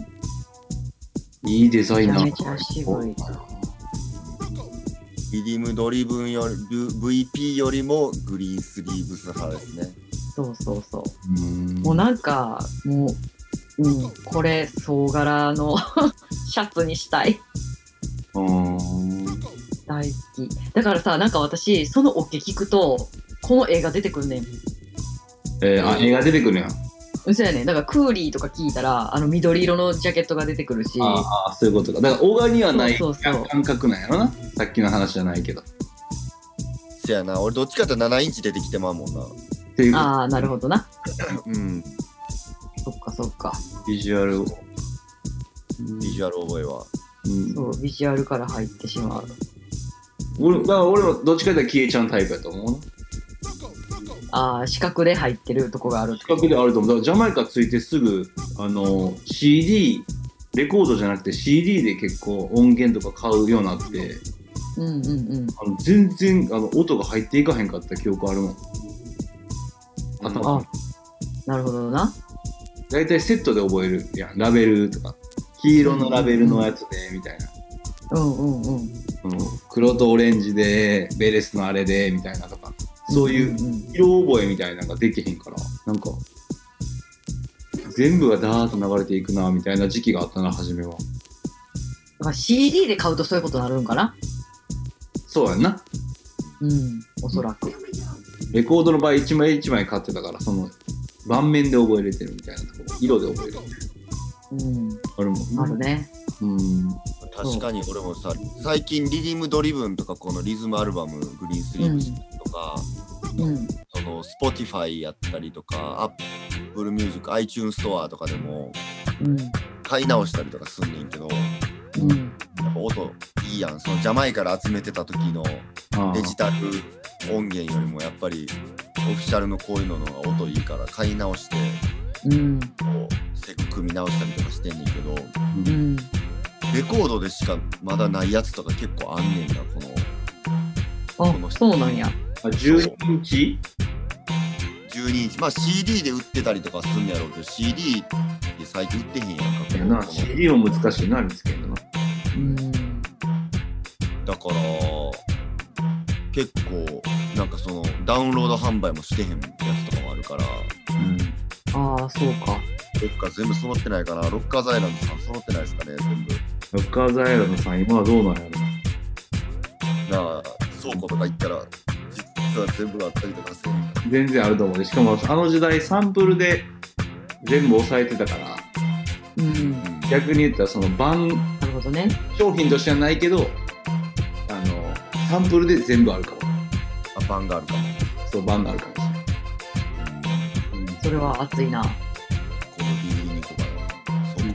いいデザイナーめちゃめちゃ渋いリディムドリブンより VP よりもグリーンスリーブス派ですねそうそうそうう。んもうなんか、もう、うん、これ、総柄の シャツにしたい。うん大好き。だからさ、なんか私、そのオケ聞くと、この映画出てくんねん。えー、あ映画出てくるやん嘘やねん。だからクーリーとか聞いたら、あの緑色のジャケットが出てくるし。ああそういうことかだからオガにはないそうそうそう感覚なんやろなさっきの話じゃないけどせやな俺どっちかっていうと7インチ出てきてまうもんなっていうああ、なるほどな。うんそっかそっか。ビジュアルをビジュアル覚えはうんそう、ビジュアルから入ってしまう。俺だから俺はどっちかというとキエちゃんタイプやと思うなああ、視覚で入ってるとこがあるって近こくとであると思うだからジャマイカついてすぐあの CD レコードじゃなくて CD で結構音源とか買うようになってうんうんうん。あの全然あの音が入っていかへんかった記憶あるもん頭あ、なるほどな。大体セットで覚えるやんラベルとか黄色のラベルのやつでみたいうな、んうんうん。その黒とオレンジでベレスのあれでみたいなとかそういう色覚えみたいなのができへんからなんか全部がダーッと流れていくなみたいな時期があったな初めはだから CD で買うとそういうことになるんかなそうやんなうん、おそらく。レコードの場合一枚一枚買ってたからその盤面で覚えれてるみたいなとこ色で覚えるうん、俺もあるね。うん確かに俺もさ最近リリムドリブンとかこのリズムアルバムグリーンスリーブスとか、うん、その Spotify やったりとか Apple Music iTunes ストアとかでもうん、買い直したりとかすんねんけどやうん、っぱ音いいやんそのジャマイカから集めてた時のああデジタル音源よりもやっぱりオフィシャルのこういうのの方が音いいから買い直してうん、こうせっかく組み直したりとかしてんねんけどうん。レコードでしかまだないやつとか結構あんねんなこのあ、そうなんや。あ12インチ12インチまあ CD で売ってたりとかすんねやろうけど CD って最近売ってへんやんかやなこの CD も難しいな見つけるのなうん、だから結構なんかそのダウンロード販売もしてへんやつとかもあるからああ、そうか。ロッカー全部揃ってないかなロッカー財団さん揃ってないですかね全部ロッカーザイラのさん今はどうなんやなろあ倉庫とか行ったら実は全部あったりとかせんやんか全然あると思うでしかもあの時代サンプルで全部押さえてたからうん、な逆に言ったらその版るほどね。商品としてはないけどあのサンプルで全部あるかもあパンがあるかもそう版があるかもしれない、それは熱いな。この DVD2 個からそうですね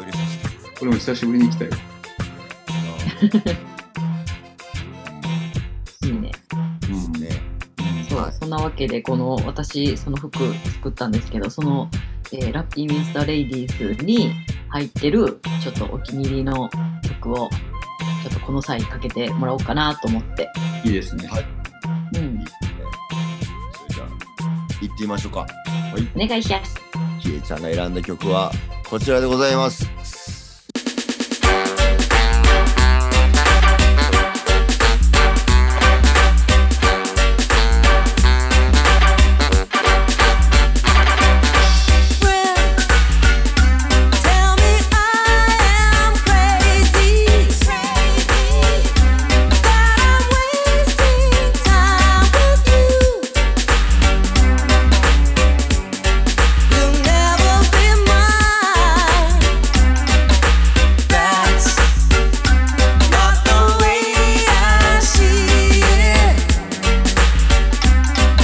お入れさせてこれも久しぶりに来たよいいね。うんねそう、そんなわけで、この、私、その服作ったんですけど、その、えーラッピーミンスターレイディースに入ってる、ちょっとお気に入りの曲を、ちょっとこの際かけてもらおうかなと思って。いいですねうん、それじゃあ行ってみましょうかお願いします。キエちゃんが選んだ曲はこちらでございます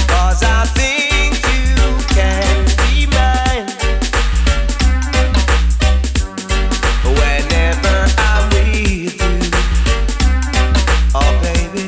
Cause I think you can be mine. Whenever I'm with you, oh baby,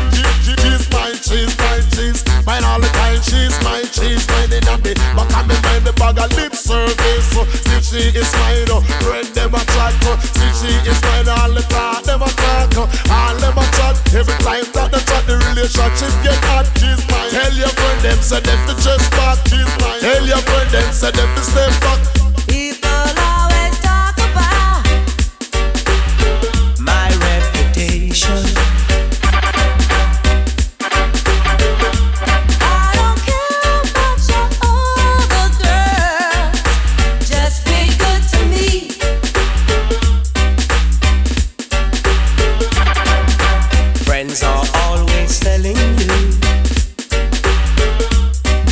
She's my, she's my, she's mine all the time. She's my, she's mine in a bit. But I'm in mind the bag of lip service. See she is mine, oh, friend never chat. See she is mine all the time, never talk. All never chat. Every time that they chat, the relationship get hot. She's mine. Tell your friend them, say them to just back. She's mine. Tell your friend them, say them to step back. people always talk about my reputation. I don't care about your other girls, just be good to me. Friends are always telling you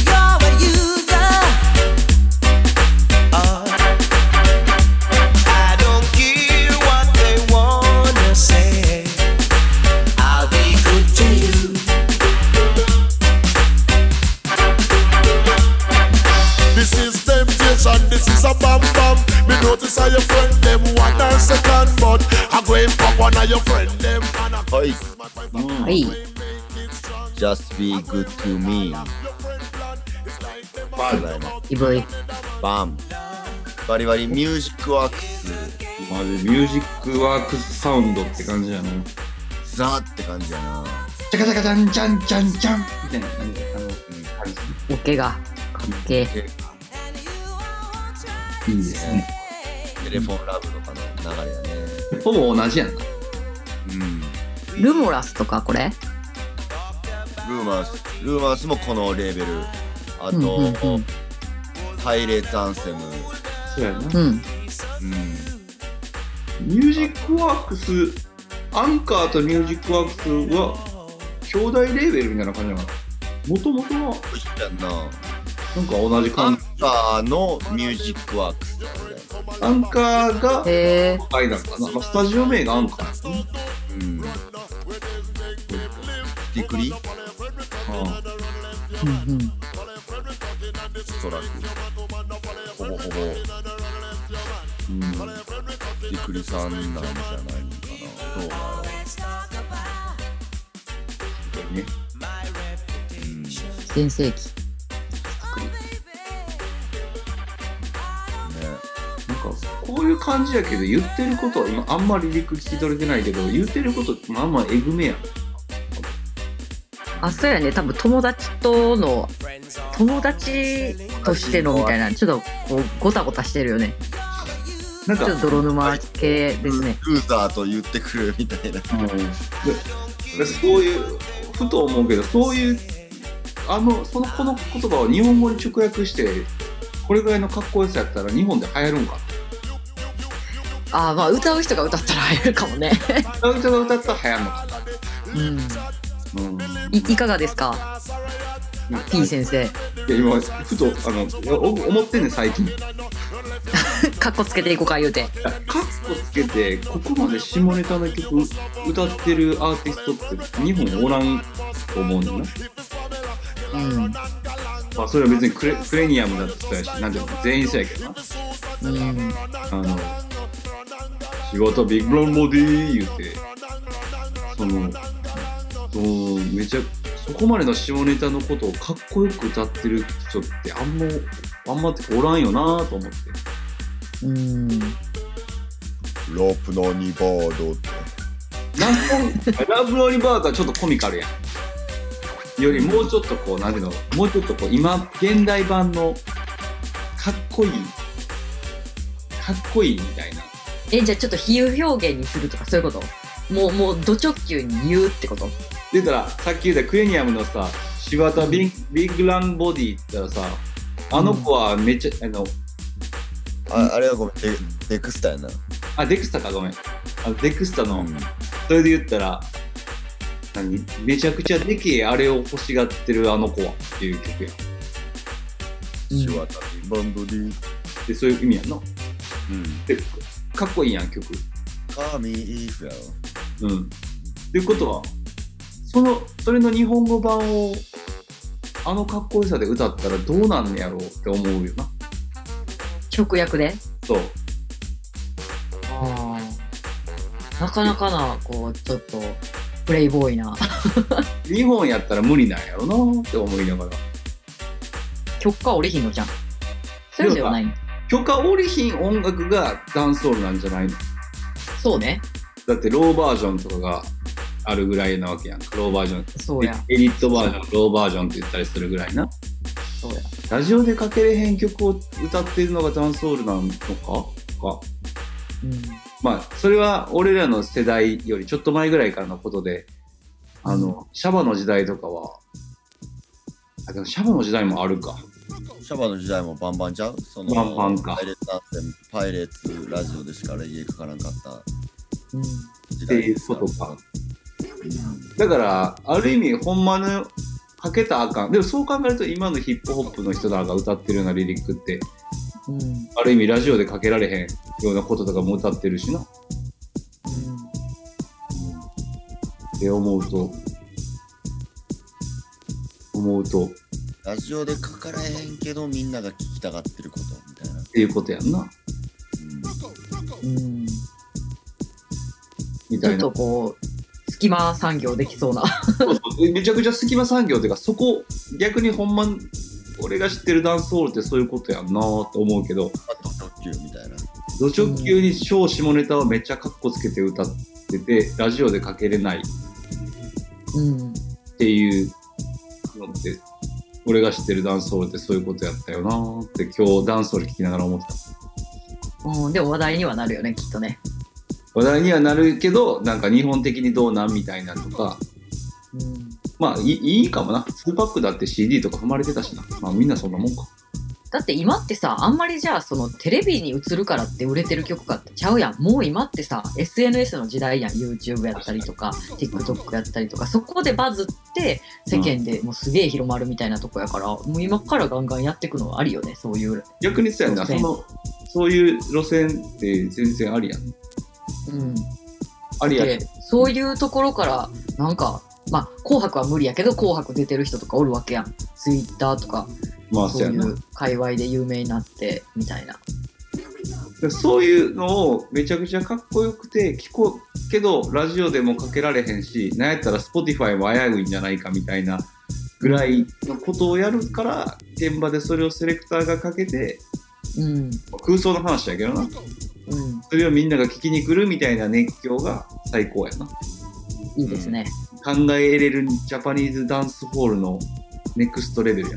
you're a user. Oh. I don't care what they wanna say. I'll be good to you. This is temptation, this is a bam bam. Me notice how your friend them one and second, but I go in for one of your friend them and I はいはい。 Just Be Good To Me バございますイブイ。バンバリバリミュージックワークスまあミュージックワークスサウンドって感じやな。ザーって感じやなチャカチャカチャンチャンチャンチャンみたいな感じ。あの、感オケがかっけえじ。いいですね。テレフォンラブとかの流れやねほぼ同じやんな。うんルモラスとかこれルーマースルーマースもこのレーベルあと、うんうんうんパイレーツアンセム、そうやな。うんうん、ミュージックワークス、アンカーとミュージックワークスは、兄弟レーベルみたいな感じなのかな。もともとは、おいしいやんななんか同じアン感じ。カーのミュージックワークスアンカーが、へえアイなのかな。まあ、スタジオ名がアンカーやな。うんティクリあうんうんストラックほぼほぼあティクリさんなんじゃないのかなどうだろうん。ね。う、うん、ね全盛期なんか、こういう感じやけど、言ってることは、今、あんまり理屈聞き取れてないけど、言ってること、まあまあ、えぐめやん。あそうやね多分友達との友達としてのみたいなちょっとこうごたごたしてるよねなんちょかっと、泥沼系ですねルーザーと言ってくるみたいなでそういうふと思うけどそういうあのそのこの言葉を日本語に直訳してこれぐらいのかっこよさやったら日本で流行るんかあまあ歌う人が歌ったら入るかもね、歌う人が歌ったら流行るのかうん、うんいいかがですか P 先生 いや今ふとあのお思ってんねん最近かかっこつけていこうか言うてっこつけてここまで下ネタの曲歌ってるアーティストって日本おらんと思うねんだな、うんまあ、それは別にクレクレニアムだってそうやしなんていうの全員そうやけどなうんあの、仕事ビッグロンボディー言うて、その、そのめちゃ、そこまでの下ネタのことをかっこよく歌ってる人ってあんま、あんまっておらんよなと思って。うんロープの2バードってなんかラブロリバードはちょっとコミカルやん。よりもうちょっとこう、なんていうの、もうちょっとこう、今、現代版のかっこいい、かっこいいみたいな。えじゃあちょっと比喩表現にするとかそういうこともうもうド直球に言うってこと出たらさっき言ったクレニアムのさ柴田ビッビッグランボディって言ったらさあの子はめっちゃあのああれはごめんデデクスターやなあデクスタかごめんあデクスタの、うんそれで言ったら何めちゃくちゃでけえあれを欲しがってるあの子はっていう曲やシュワタビバンドディでそういう意味やんのうんでかっこいいやん曲神イーフやろうんっていうことはそのそれの日本語版をあのかっこよさで歌ったらどうなんねやろうって思うよな直訳でそうああなかなかなこうちょっとプレイボーイな 日本やったら無理なんやろなって思いながら許可おりひんのじゃんそういうのではない許可おりひん音楽がダンスソールなんじゃないのそうねだってローバージョンとかがあるぐらいなわけやんかローバージョンそうやエリットバージョンローバージョンって言ったりするぐらいなそうやラジオでかけれへん曲を歌ってるのがダンスソールなのかかうんまあそれは俺らの世代よりちょっと前ぐらいからのことであのシャバの時代とかはあでもシャバの時代もあるかシャバの時代もバンバンちゃうそのバンバンかパイレーツアンセムパイレーツラジオでしかレゲエかからんかったうん時って代いうことか。だから、ある意味、ほんまのかけたらあかん。でもそう考えると、今のヒップホップの人らが歌ってるようなリリックって、うんうんある意味ラジオでかけられへんようなこととかも歌ってるしな。って思うと、思うと、っラジオでかからへんけどみんなが聞きたがってることみたいな、ていうことやんな。うんみちたょっいなと。こう隙間産業できそうなそうそうめちゃくちゃ隙間産業っていうか、そこ、逆にほんま、俺が知ってるダンスホールってそういうことやんなと思うけど、あと特急み土直球に小下ネタをめっちゃカッコつけて歌っててラジオでかけれないっうん。ていうのって俺が知ってるダンスホールってそういうことやったよなーって今日ダンスホール聴きながら思ってた うん、でも話題にはなるよね、きっとね。話題にはなるけどなんか日本的にどうなんみたいなとかうん。まあいいいいかもな2パックだって CD とか踏まれてたしなまあみんなそんなもんかだって今ってさ、あんまりじゃあ、そのテレビに映るからって売れてる曲かってちゃうやん。もう今ってさ、SNS の時代やん。YouTube やったりとか、TikTok やったりとか、そこでバズって、世間でもうすげえ広まるみたいなとこやから、もう今からガンガンやっていくのはありよね、そういう。逆にそうやな路そ線のそういう路線って全然ありやんうん。ありやでけどそういうところからなんかまあ「紅白」は無理やけど「紅白」出てる人とかおるわけやんツイッターとかまあそそううやいなう界隈で有名になってみたいなそういうのをめちゃくちゃかっこよくて聞こうけどラジオでもかけられへんしなんやったら Spotify も危ういんじゃないかみたいなぐらいのことをやるから現場でそれをセレクターがかけてうん空想の話やけどなうんそれをみんなが聞きに来るみたいな熱狂が最高やないいですね、考えれるジャパニーズダンスホールのネクストレベルや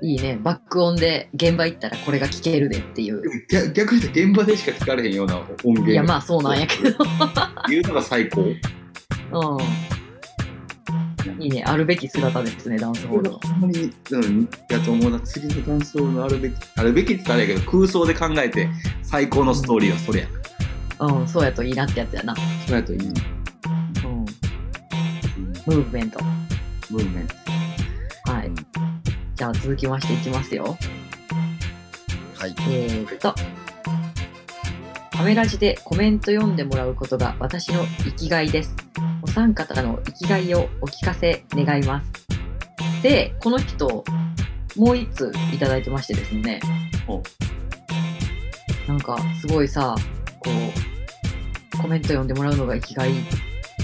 いいね爆音で現場行ったらこれが聞けるでっていう逆逆に言うと現場でしか聞かれへんような音源いやまあそうなんやけど 言うのが最高うんいいねあるべき姿ですねダンスホールのほんまに、うん、やと思うな、次のダンスホールのあるべき、あるべきって言ったらあれやけど、空想で考えて、最高のストーリーはそれや。うんそうやといいなってやつやなそれやといいな。うんムーブメントムーブメント。はいじゃあ続きましていきますよはい。えー、っと、カメラジでコメント読んでもらうことが私の生きがいです。お三方の生きがいをお聞かせ願います。で、この人、もう一通いただいてましてですねほ。なんか、すごいさ、こう、コメント読んでもらうのが生きがい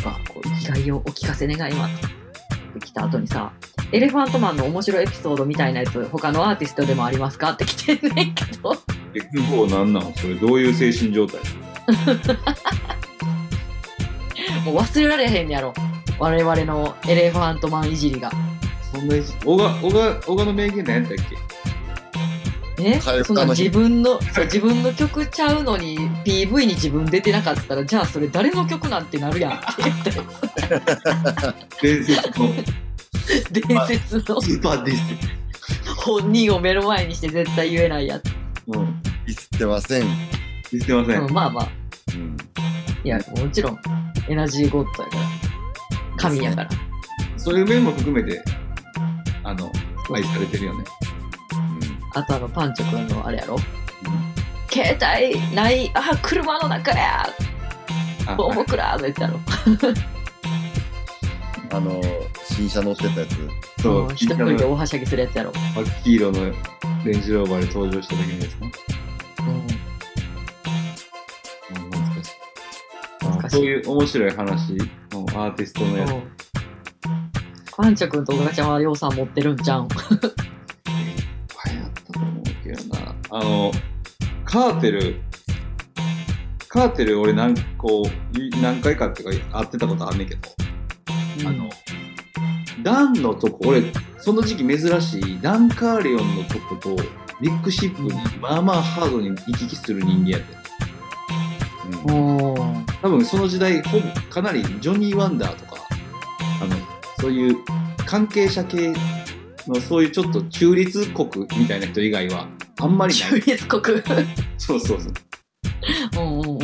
が、こう、生きがいをお聞かせ願います。って来た後にさ、エレファントマンの面白いエピソードみたいなやつ、他のアーティストでもありますかって来てんねんけど。結構なんなんそれ、どういう精神状態もう忘れられへんやろ我々のエレファントマンいじりがそんな意識。小川、小川、小川の名言何やったっけねはいそんなあの日自分のそう自分の曲ちゃうのに PV に自分出てなかったらじゃあそれ誰の曲なんてな るやんって言って伝説 の伝説のスーパーディス。本人を目の前にして絶対言えないやつ、うん。言ってません。言ってません。うんまあまあうん。いやもちろんエナジーゴッドやから神やからそういう面も含めて、あの、愛されてるよね。あとあのパンチョくんのあれやろ携帯ないあ車の中やあボーボクラーのやつやろあの、新車乗ってたやつ。そう、うん黄一色人での大はしゃぎするやつやろ真っ黄色のレンジローバーで登場した時にですね。うんうん懐かしい懐かしいそういう面白い話のアーティストのやつ。パンチョくんと岡ちゃんはようさん持ってるんじゃん。ぱいあったと思うけどな。あの、カーテル、カーテル俺何個、い何回かっていうか会ってたことあんねんけど、あの、ダンのとこ、俺、その時期珍しい、ダン・カーリオンのとこと、ビッグシップに、まあまあハードに行き来する人間やって。うん。お多分その時代、ほぼ、かなりジョニー・ワンダーとか、あの、そういう関係者系の、そういうちょっと中立国みたいな人以外は、あんまりな中い。立国。そうそうそう。うんうん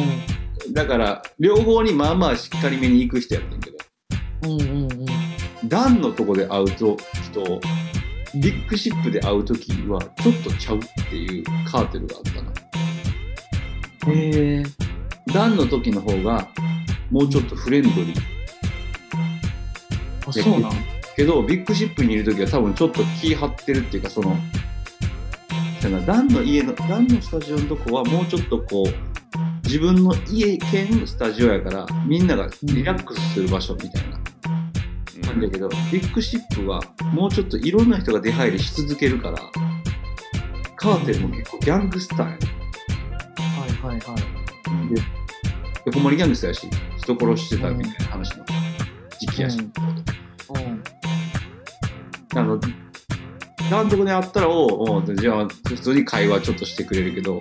だから、両方にまあまあしっかりめに行く人やってんけど、うん。うんうんうん。ダンのとこで会うと人、ビッグシップで会うときは、ちょっとちゃうっていうカーテルがあったな。へえ。ダンの時の方が、もうちょっとフレンドリー。あ、そうなん。けどビッグシップにいる時は多分ちょっと気張ってるっていうかそのだからダンの家のダンのスタジオのとこはもうちょっとこう自分の家兼スタジオやからみんながリラックスする場所みたいななんだけどビッグシップはもうちょっといろんな人が出入りし続けるからカーテンも結構ギャングスターやねはいはいはいはい。横森ギャングスターやし、人殺してたみたいな話の時期やし。あの、監督に会ったら、おうおう、じゃあ、普通に会話ちょっとしてくれるけど、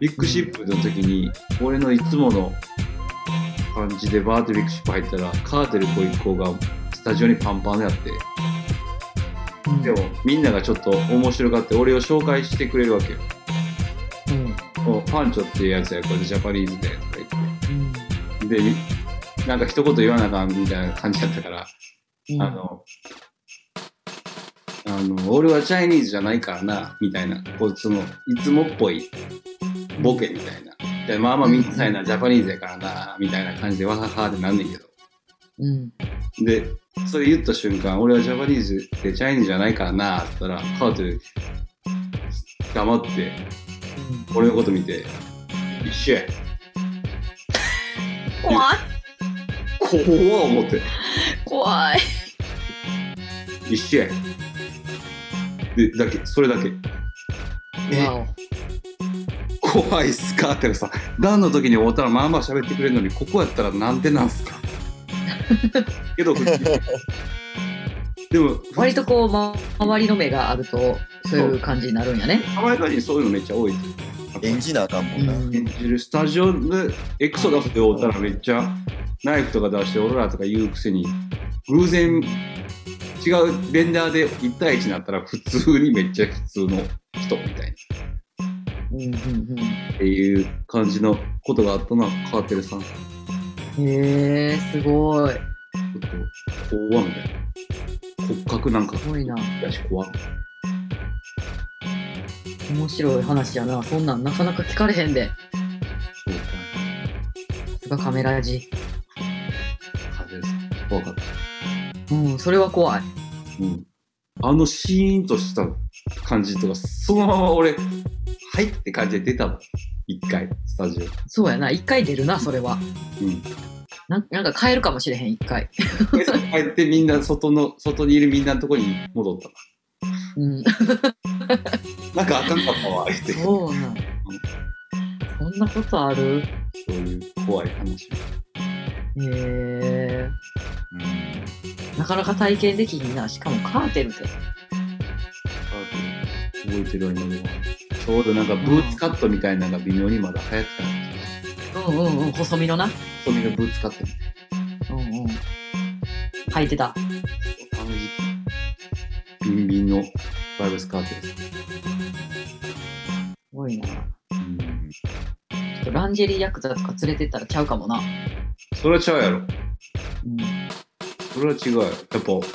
ビッグシップの時に、俺のいつもの感じでバーってビッグシップ入ったら、カーテルご一行がスタジオにパンパンであって、うんでも、みんながちょっと面白がって、俺を紹介してくれるわけよ。うんおうパンチョっていうやつや、これジャパニーズで、とか言って。うんで、なんか一言言わなあかんみたいな感じだったから、うんあの、あの、俺はチャイニーズじゃないからな、みたいな、こう、その、いつもっぽいボケみたいな。で、まあまあみんなジャパニーズやからな、みたいな感じでわははってなんねんけど。うんで、それ言った瞬間、俺はジャパニーズでチャイニーズじゃないからな、って言ったら、カートル、黙って、俺のこと見て、一緒や。怖い怖っ思って。怖い。一試合でだけそれだけえわ怖いっすかってさダンの時に会うたらまあまあ喋ってくれるのにここやったらなんでなんすかけど普通にでもお割とこう、ま、周りの目があるとそういう感じになるんやね。アメリカ人そういうのめっちゃ多い演じなあかんもんな。うん演じるスタジオでエクソダスで会うたらめっちゃナイフとか出してオロラとか言うくせに偶然違うレンダーで1対1になったら普通にめっちゃ普通の人みたいな。うんうんっていう感じのことがあったのはカーテルさん。ちうんへえすごい。ょっと怖みたいな。骨格なんかすごいな。だし怖っ面白い話やな。そんなんなかなか聞かれへんで。そうか。さすがカメラ味。カーテルさん。怖かった。うん、それは怖い。うん。あのシーンとした感じとか、そのまま俺、はいって感じで出たの。一回、スタジオ。そうやな。一回出るな、それは。うん。なんなんか変えるかもしれへん、一回。で帰ってみんな、外の、外にいるみんなのとこに戻ったうん。な。なんかあかんかったわ、言って。そそうなん。そんなことあるういう怖い話。へえうんなかなか体験できひんな。しかもカーテルで。覚えてるわ、今でも。ちょうどなんかブーツカットみたいなのが微妙にまだ流行ってたんですよ。うんうんうん、細身のな。細身のブーツカットみたいうんうん。履いてた。な。あの時期、ビンビンのバイブスカートです。すごいな。ちうんょっとランジェリーヤクザとか連れてったらちゃうかもな。それは違うやろ。うん。それは違うやろ。やっ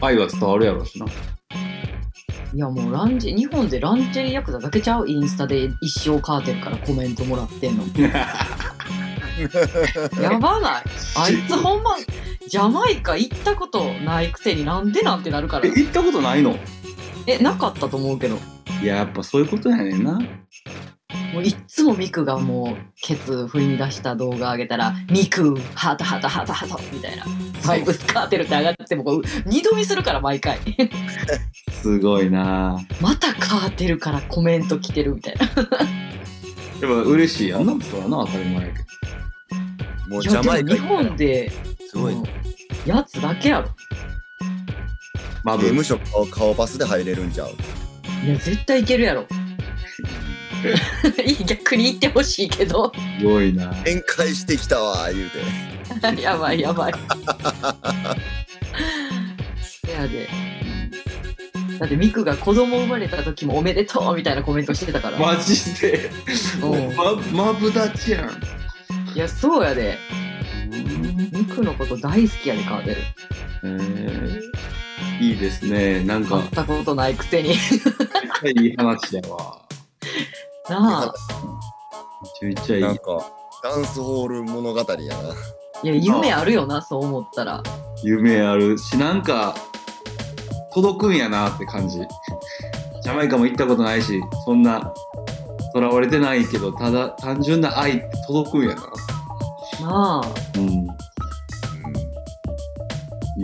ぱ、愛は伝わるやろしな。いやもうランジ、日本でランジェリーヤクザだけちゃうインスタで一生カーテルからコメントもらってんの。やば ない。あいつほんま、ジャマイカ行ったことないくせになんでなんてなるからえ、。行ったことないのえ、なかったと思うけど。いや、やっぱそういうことやねんな。もういっつもミクがもうケツ振り出した動画上げたら「ミクハタハタハタハタ」みたいな「バイブスカーテル」って上がってもこう二度見するから毎回 すごいなまたカーテルからコメント来てるみたいなでも嬉しいやんな。そらな、当たり前やけど。もういジャやマイでカも日行ったら本ですごいも。うやつだけやろマ刑ブ。務所顔顔パスで入れるんちゃういや絶対いける やろ いい逆に言ってほしいけどすごいな宴会してきたわ言う てやばいやばいせやでだってミクが子供生まれた時も「おめでとう」みたいなコメントしてたからマジで。うんま、マブダチやん。いや、そうやで。ミクのこと大好きやで、カーデル。えーいいですね。なん会かっ、たことないくせに。いい話だわ。なあ。めちゃめちゃいい。ななんかダンスホール物語やないや、夢あるよな、そう思ったら。夢あるし、なんか、届くんやなって感じ。ジャマイカも行ったことないし、そんな、とらわれてないけど、ただ、単純な愛って届くんやな。なあ。うん。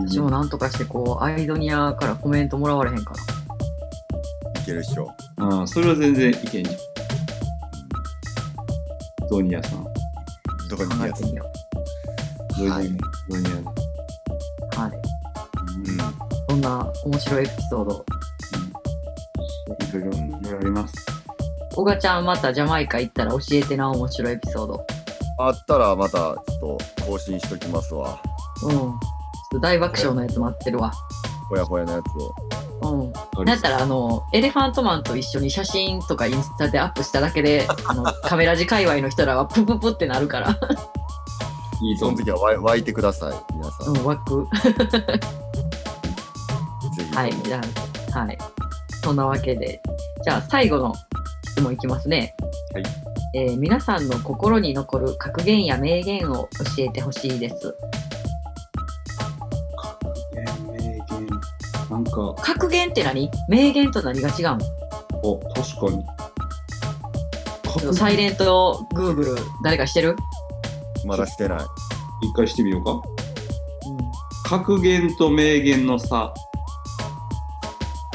私もなんとかして、こう、アイドニアからコメントもらわれへんかいけるっしょうん、それは全然いけんじゃん。ゾニアさん。どこ考にやえつてみよゾニア、はいゾニア。う。はい。うんそんな面白いエピソード。いろいろ、いろいろあります。小賀ちゃんまたジャマイカ行ったら教えてな面白いエピソード。あったらまたちょっと更新しときますわ。うん。ちょっと大爆笑のやつ待ってるわ。ほやほやのやつを。うん。なんやったらあのエレファントマンと一緒に写真とかインスタでアップしただけ であのカメラ時界隈の人らはプププってなるから、いいとその思う。時はわい湧いてください、皆さ。うんん、湧くぜひ。はいじゃあはいそんなわけでじゃあ最後の質問いきますねはい、えー皆さんの心に残る格言や名言を教えてほしいです名言。なんか、格言って何名言と何が違うお、確かに。のサイレントグーグル誰かしてる、まだしてない。一回してみようか。格言と名言の差。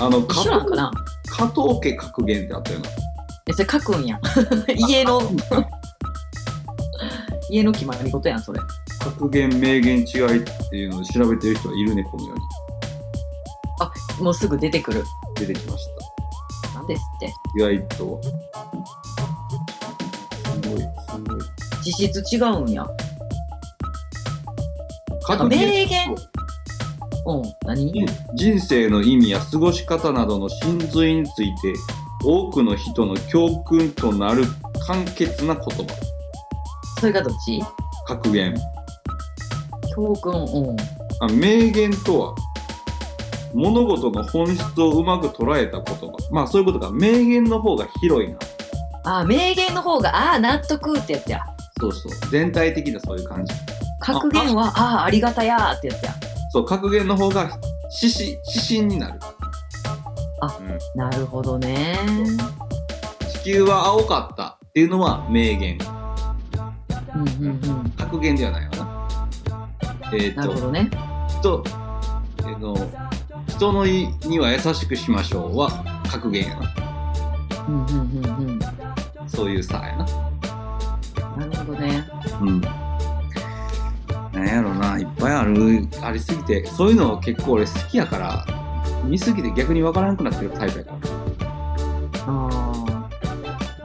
あの、一緒なのか加藤な加藤家格言ってあったよな。えそれ書くんや 家の家の決まり事やんそれ格言、名言違いっていうのを調べてる人はいるね、このように。もうすぐ出てくる。出てきました。なんですって。意外と。すごい、すごい。実質違うんや。格言名言うん。何人生の意味や過ごし方などの真髄について多くの人の教訓となる簡潔な言葉それがどっち格言教訓、うん。あ名言とは物事の本質をうまく捉えた言葉まあそういうことか名言の方が広いなあ、名言の方が、ああー、納得ってやつや。そうそう全体的なそういう感じ格言は、ああー、ありがたやーってやつや。そう格言の方が指針指針になるなるほどね。地球は青かったっていうのは名言うんうんうん。格言ではないよなえっ、なるとほどね。人、えーの人のいには優しくしましょうは格言やなうんうんうんうん。なそういうさやなるほどね。うんなんやろないっぱいあるありすぎてそういうの結構俺好きやから見すぎて逆に分からなくなってるタイプやからあ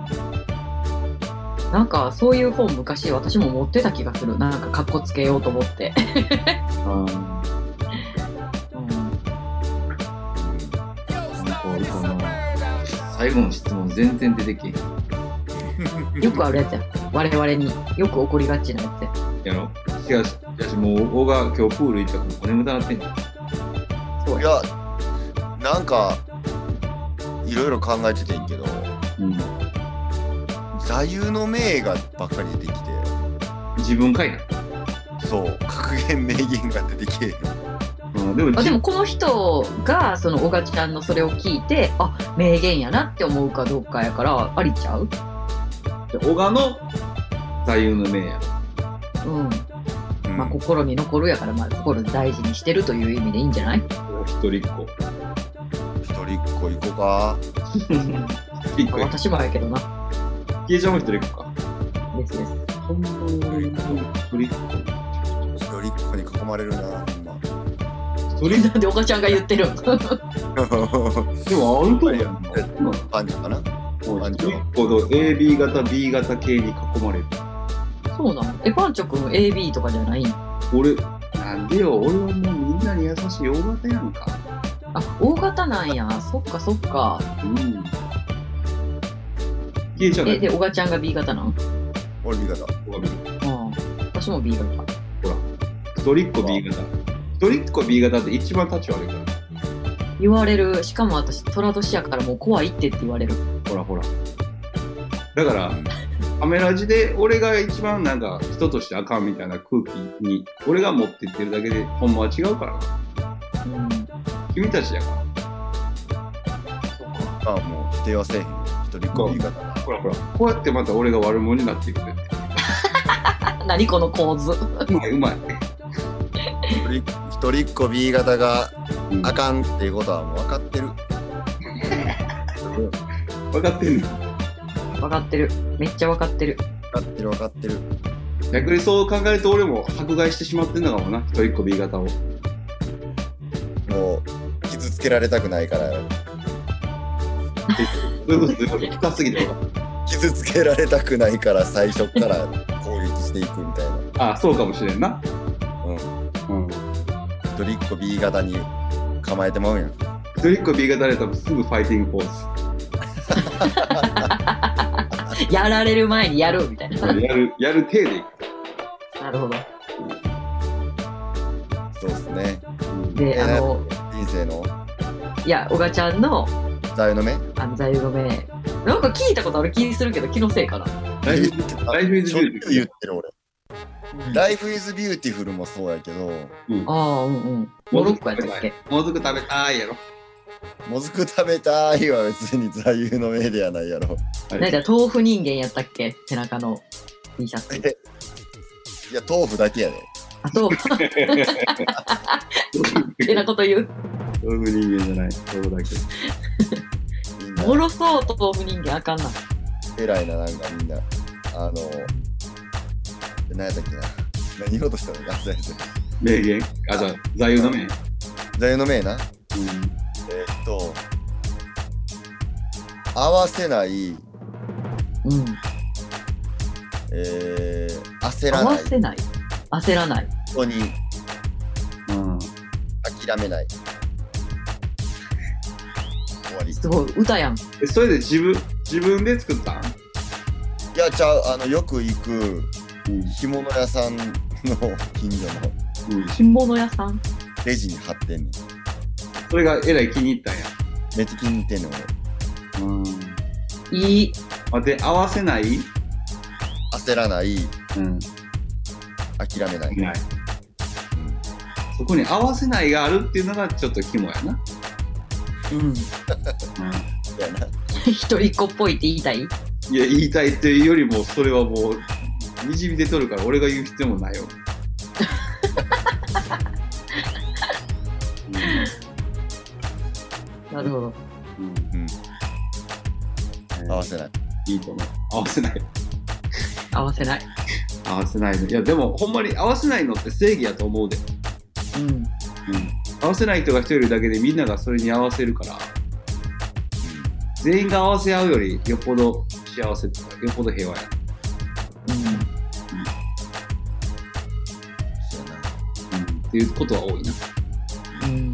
あ。なんか、そういう本昔私も持ってた気がする。なんか、格好つけようと思って。うんなんうん。か俺この最後の質問全然出てけえへんよくあるやつや。我々によく起こりがちなやつや。やろしかししかしもう大が今日プール行ったからお眠たなってんじゃんいや、なんか、いろいろ考えててんけど、うん座右の銘がばっかり出てきて、自分かいな、そう、格言名言が出てきて、うん、でもあでじもこの人がその小賀ちゃんのそれを聞いてあ名言やなって思うかどうかやからありちゃう小賀の座右の銘やうん、うんまあ心に残るやから、まあ、心大事にしてるという意味でいいんじゃない一人っ子一人っ子行こうか。一個や私もやけどな消えちゃうも一人っ子か。ですですほんまに一人っ子。一人っ子に囲まれるな、ほんま。一人っなんで小賀ちゃんが言ってる 子でもあるとやん。パンチかな一人っ子と AB 型、B 型系に囲まれる。そうなのえパンチョくん AB とかじゃないあ俺、なんでよ、俺はもうみんなに優しい大型やんか。大型なんやそっかそっかうん。消えちゃうえね。で小賀ちゃんが B 型なんうん俺 B 型。私も B 型一人っ子 B 型。一人っ子 B 型って一番立ち悪いから。言われるしかも私虎年やからもう怖いってって言われるほらほら。だから、カメラ字で俺が一番なんか人としてあかんみたいな空気に俺が持ってってるだけでほんまは違うからうなん君たちやかそうかまあもう否定はせえへん。一人っ子 B 型なら。ほらほらこうやってまた俺が悪者になっていくれて何この構図うまいうまい、一人一人っ子 B 型がうん、あかんっていうことはもう分かってる。分かってんね分かってるめっちゃ分かってるかってる分かってる逆にそう考えると俺も迫害してしまってんのかもな一人っ子 B 型をもう傷つけられたくない からそう いうことすごい深すぎて傷つけられたくないから最初から攻撃していくみたいなああそうかもしれんなうんうん一人っ子 B 型に構えてまうんや一人っ子 B 型で多分すぐファイティングポーやられる前にやるみたいな。ズやるやる体でいくなるほど。そうですねで、あの、人生のいや、小賀ちゃんの、座右の目あの、座右の銘。なんか聞いたことある気するけど、気のせいかな。ライフライフイズしょっビューちゅう言ってる俺ライフイズビューティフルもそうやけどああ、うんうん。モロッコやったっけもずく食べたいやろもずく食べたいは別に座右の銘でやないやろなんか豆腐人間やったっけ背中の T シャツ。いや豆腐だけやであ、 そう。って なこと言う。豆腐人間じゃない豆腐だけみんおもなろそう、豆腐人間あかんな。偉いななんかみんなあの何やったっけな何言おうとしたのか忘れて名言あじゃあ座右の銘うん座右の銘なえーっと合わせない、うん。えー焦ら合なわいせない。焦らない。人にうん諦めない終わりいすごい、歌やん。えそれで自分自分で作ったんやちゃうあのよく行くうん干物屋さんの近所のうん着物屋さん。レジに貼ってんねんそれがえらい気に入ったんやめっちゃ気に入ってんねん俺うんいい。待って合わせない焦らないうん諦めない、ないそこに合わせないがあるっていうのがちょっと肝やなうん。うやな一人っ子っぽいって言いたいんいや言いたいっていうよりもそれはもうにじみ出とるから俺が言う必要もないよなるほど。うんうんうん、合わないせないいいと思う合わせない合わせない。合わせないのいやでもほんまに合わせないのって正義やと思うで、うん。合わせない人が一人いるだけでみんながそれに合わせるから全員が合わせ合うよりよっぽど幸せとかよっぽど平和やう。そうやなっていうことは多いなんうん。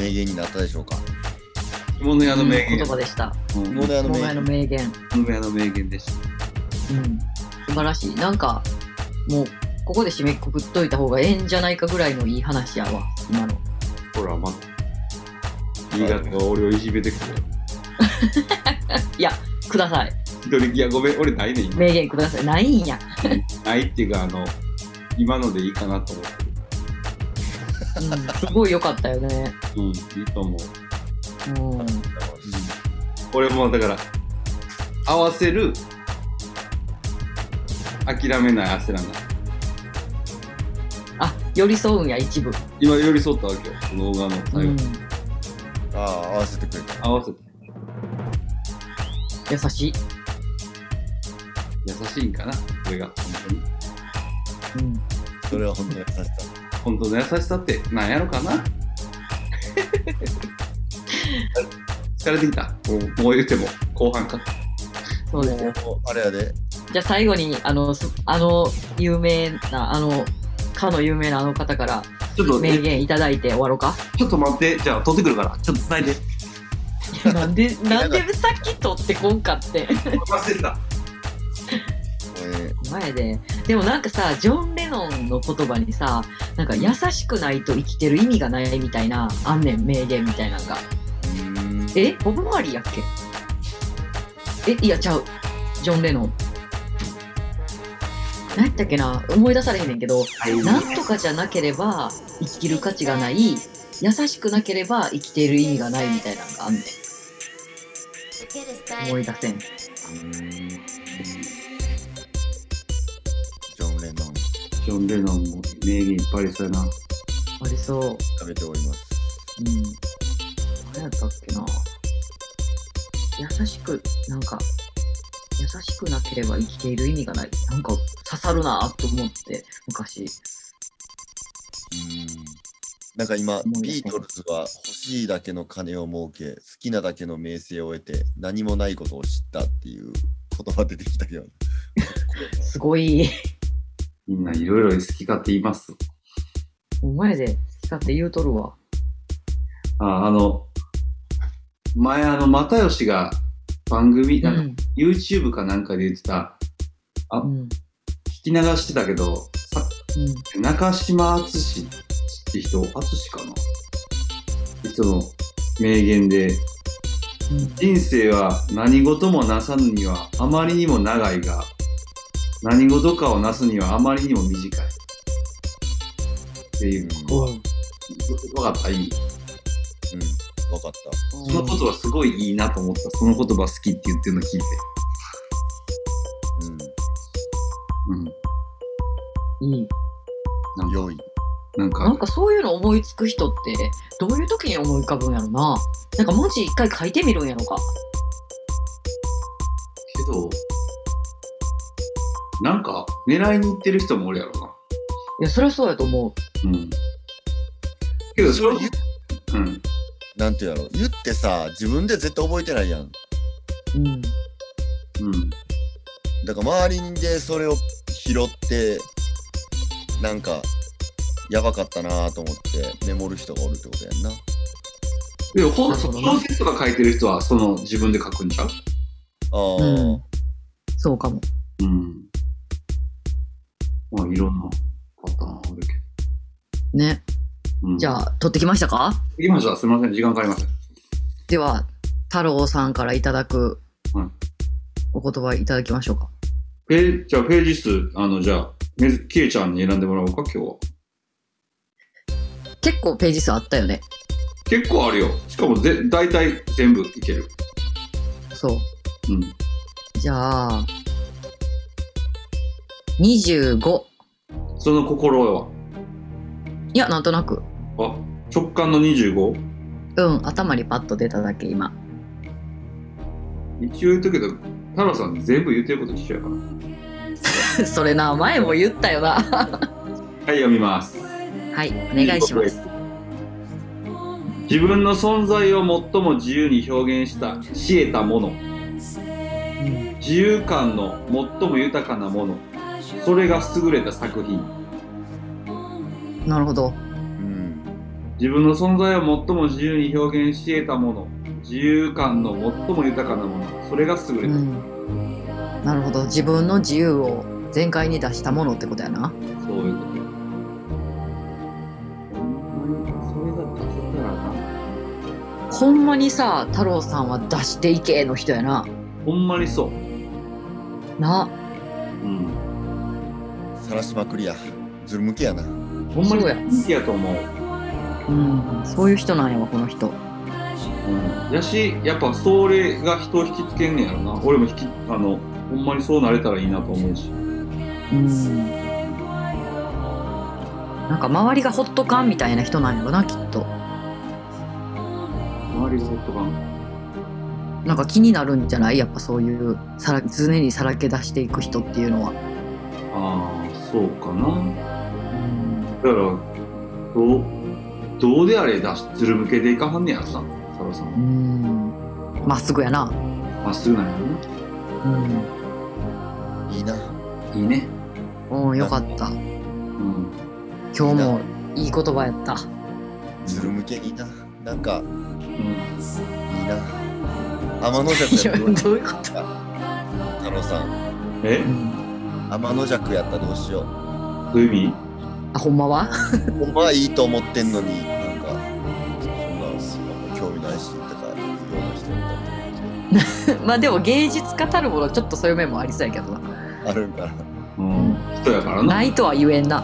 名言になったでしょうか着物屋の名いい言言葉でした。うん着着物屋のお名前の言名言。物屋の名言でしたうん。素晴らしい。なんか、もう、ここで締めくくっといた方がええんじゃないかぐらいのいい話やわ、今の。ほら、まだ。新潟が俺をいじめてくる。ください。一人、いや、ごめん、俺ないねん、今。名言ください。ないんや。ないっていうか、あの、今のでいいかなと思ってうん。すごい良かったよね。る。うん、いいと思う。うん。俺も、だから、合わせる、諦めない焦らない。あ、寄り添うんや、一部。今寄り添ったわけよ、この動画のう最後ん。。ああ合わせてくれた合わせて。優しい。優しいんかな、これが、本当に。うん。それは本当に優しさ本当の優しさって、なんやろかな 疲れてきた。もうもう言うても、後半か。そうですよ。もうあれやでじゃあ最後に、あの、すあの、有名な、あの、かの有名なあの方からちょっと、名言いただいて終わろうか。ちょっと待って、じゃあ取ってくるから、ちょっと繋いで。いやなんで、なんでさっき取ってこんかって。忘れた。俺前で。でもなんかさ、ジョン・レノンの言葉にさ、なんか優しくないと生きてる意味がないみたいな、あんねん、名言みたいなのが。うんえボブ・マーリーやっけえ、いや、ちゃう。ジョン・レノン。何やったっけな思い出されへんねんけど、なんとかじゃなければ生きる価値がない、優しくなければ生きている意味がないみたいなのがあんねん。思い出せん。ジョン・レノンジョン・レノンも名言いっぱいありそうやな。ありそう。食べております。うん。何やったっけな優しく、なんか、優しくなければ生きている意味がない。なんか刺さるなと思って、昔。なんか今、思い出ビしーたトルズは欲しいだけの金を儲け、好きなだけの名声を得て、何もないことを知ったっていう言葉出てきたけど、すごい。 みんないろいろ好き勝手言います。お前で好き勝手言うとるわ。ああの、前あの、又吉が番組、なんか YouTube かなんかで言ってた、うん。うん。聞き流してたけど、さうん。中島敦って人、敦かなって人の名言で、うん人生は何事もなさぬにはあまりにも長いが、何事かをなすにはあまりにも短い。っていう、うん、わかった、いい。分かった。その言葉すごいいいなと思った。その言葉好きって言ってるの聞いて。ういい。ん、良い。なんなんかか、そういうの思いつく人って、どういう時に思い浮かぶんやろな。なんか文字一回書いてみるんやろか。けど、なんか、狙いに行ってる人もおるやろな。いや、そりゃそうやと思う。うん。けど、それ言ううん。なんていうやろ言ってさ、自分で絶対覚えてないやん。うん。うん。だから周りでそれを拾って、なんか、やばかったなぁと思ってメモる人がおるってことやんな。でも、本なるほどね小説とか書いてる人は、その、自分で書くんちゃうあー、うんそうかも。うん。まあ、いろんなパターンあるけね。ど。うん、じゃあ、取ってきましたか行きましょう。すみません。時間かかりました。では、太郎さんからいただくうん、お言葉いただきましょうか。ペーじゃあ、ページ数、あの、じゃあ、めずきえちゃんに選んでもらおうか、今日は。結構ページ数あったよね。結構あるよ。しかもぜ、大体全部いける。そう。うん。じゃあ、25。その心は、いや、なんとなく。あ、直感の 25? うん、頭にパッと出ただけ、今。 一応言っとくけど、太郎さん全部言ってること一緒やか ら。それな、前も言ったよな。はい、読みます。はい、お願いします。。自分の存在を最も自由に表現した、知えたもの。うん自由感の最も豊かなもの。それが優れた作品。なるほど。うん。自分の存在を最も自由に表現し得たもの自由感の最も豊かなものそれが優うれた、ん。なるほど。自分の自由を全開に出したものってことやな。そういうことよほんまにそれが出せたらなほんまにさ、太郎さんは出していけの人やな。ほんまにそう、な、うん、さらしまくりや。ずる向きやな。ほんまにそうや好きやと思うう、ん、そういう人なんやわ、この人。うん、やしやっぱそれが人を引きつけんねやろな俺も引きあのほんまにそうなれたらいいなと思うしうん。なんか周りがホット感みたいな人なんやろな、きっと。周りがほっとかんなんか気になるんじゃないやっぱそういうさら常にさらけ出していく人っていうのは。ああそうかなうんだからどうどうであれ出しずる向けでいかはんねやろなサラさんはうん。まっすぐやな。まっすぐなんやろなうん。いいな。いいねうん、よかった。うん今日もいい言葉やった。ずる向けいいな。なんか、うんいいな。天のい尺ややったらどうしどよういうことう太郎さん。え うん天の尺やったらどうしよう。どういう意味あ、ほんまはほんまはいいと思ってんのに、なんか、そんな、なんか興味ないし、とか、いうような人やっまあでも芸術家たるもの、ちょっとそういう面もありそうやけどな。たらあるんかな。うん人やからなないとは言えんな。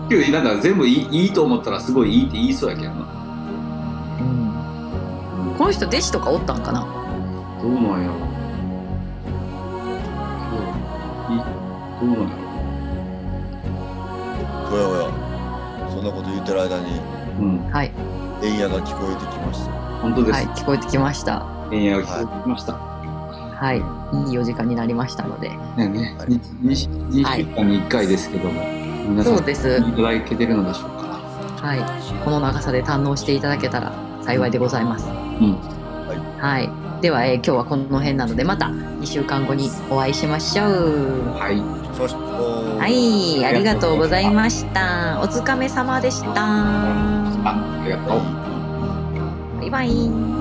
うんけどなんか全部いいいいと思ったらすごいいいって言いそうやけどなうん。この人、弟子とかおったんかなどうなんやろいどうなんやろおやおや、そんなこと言ってる間に、うんはい。エンヤが聞こえてきました。本当ではすい、聞こえてきました。円安が聞こえてきましたははい、いいお時間になりましたので。ねねはい2週間に1回ですけども、皆さんそうですいただけてるのでしょうかはい、この長さで堪能していただけたら幸いでございます。うんはい、では、えー今日はこの辺なので、また2週間後にお会いしましょう。はいそしてははい、ありがとうございました。お疲れ様でした。あありがとうバイバイ。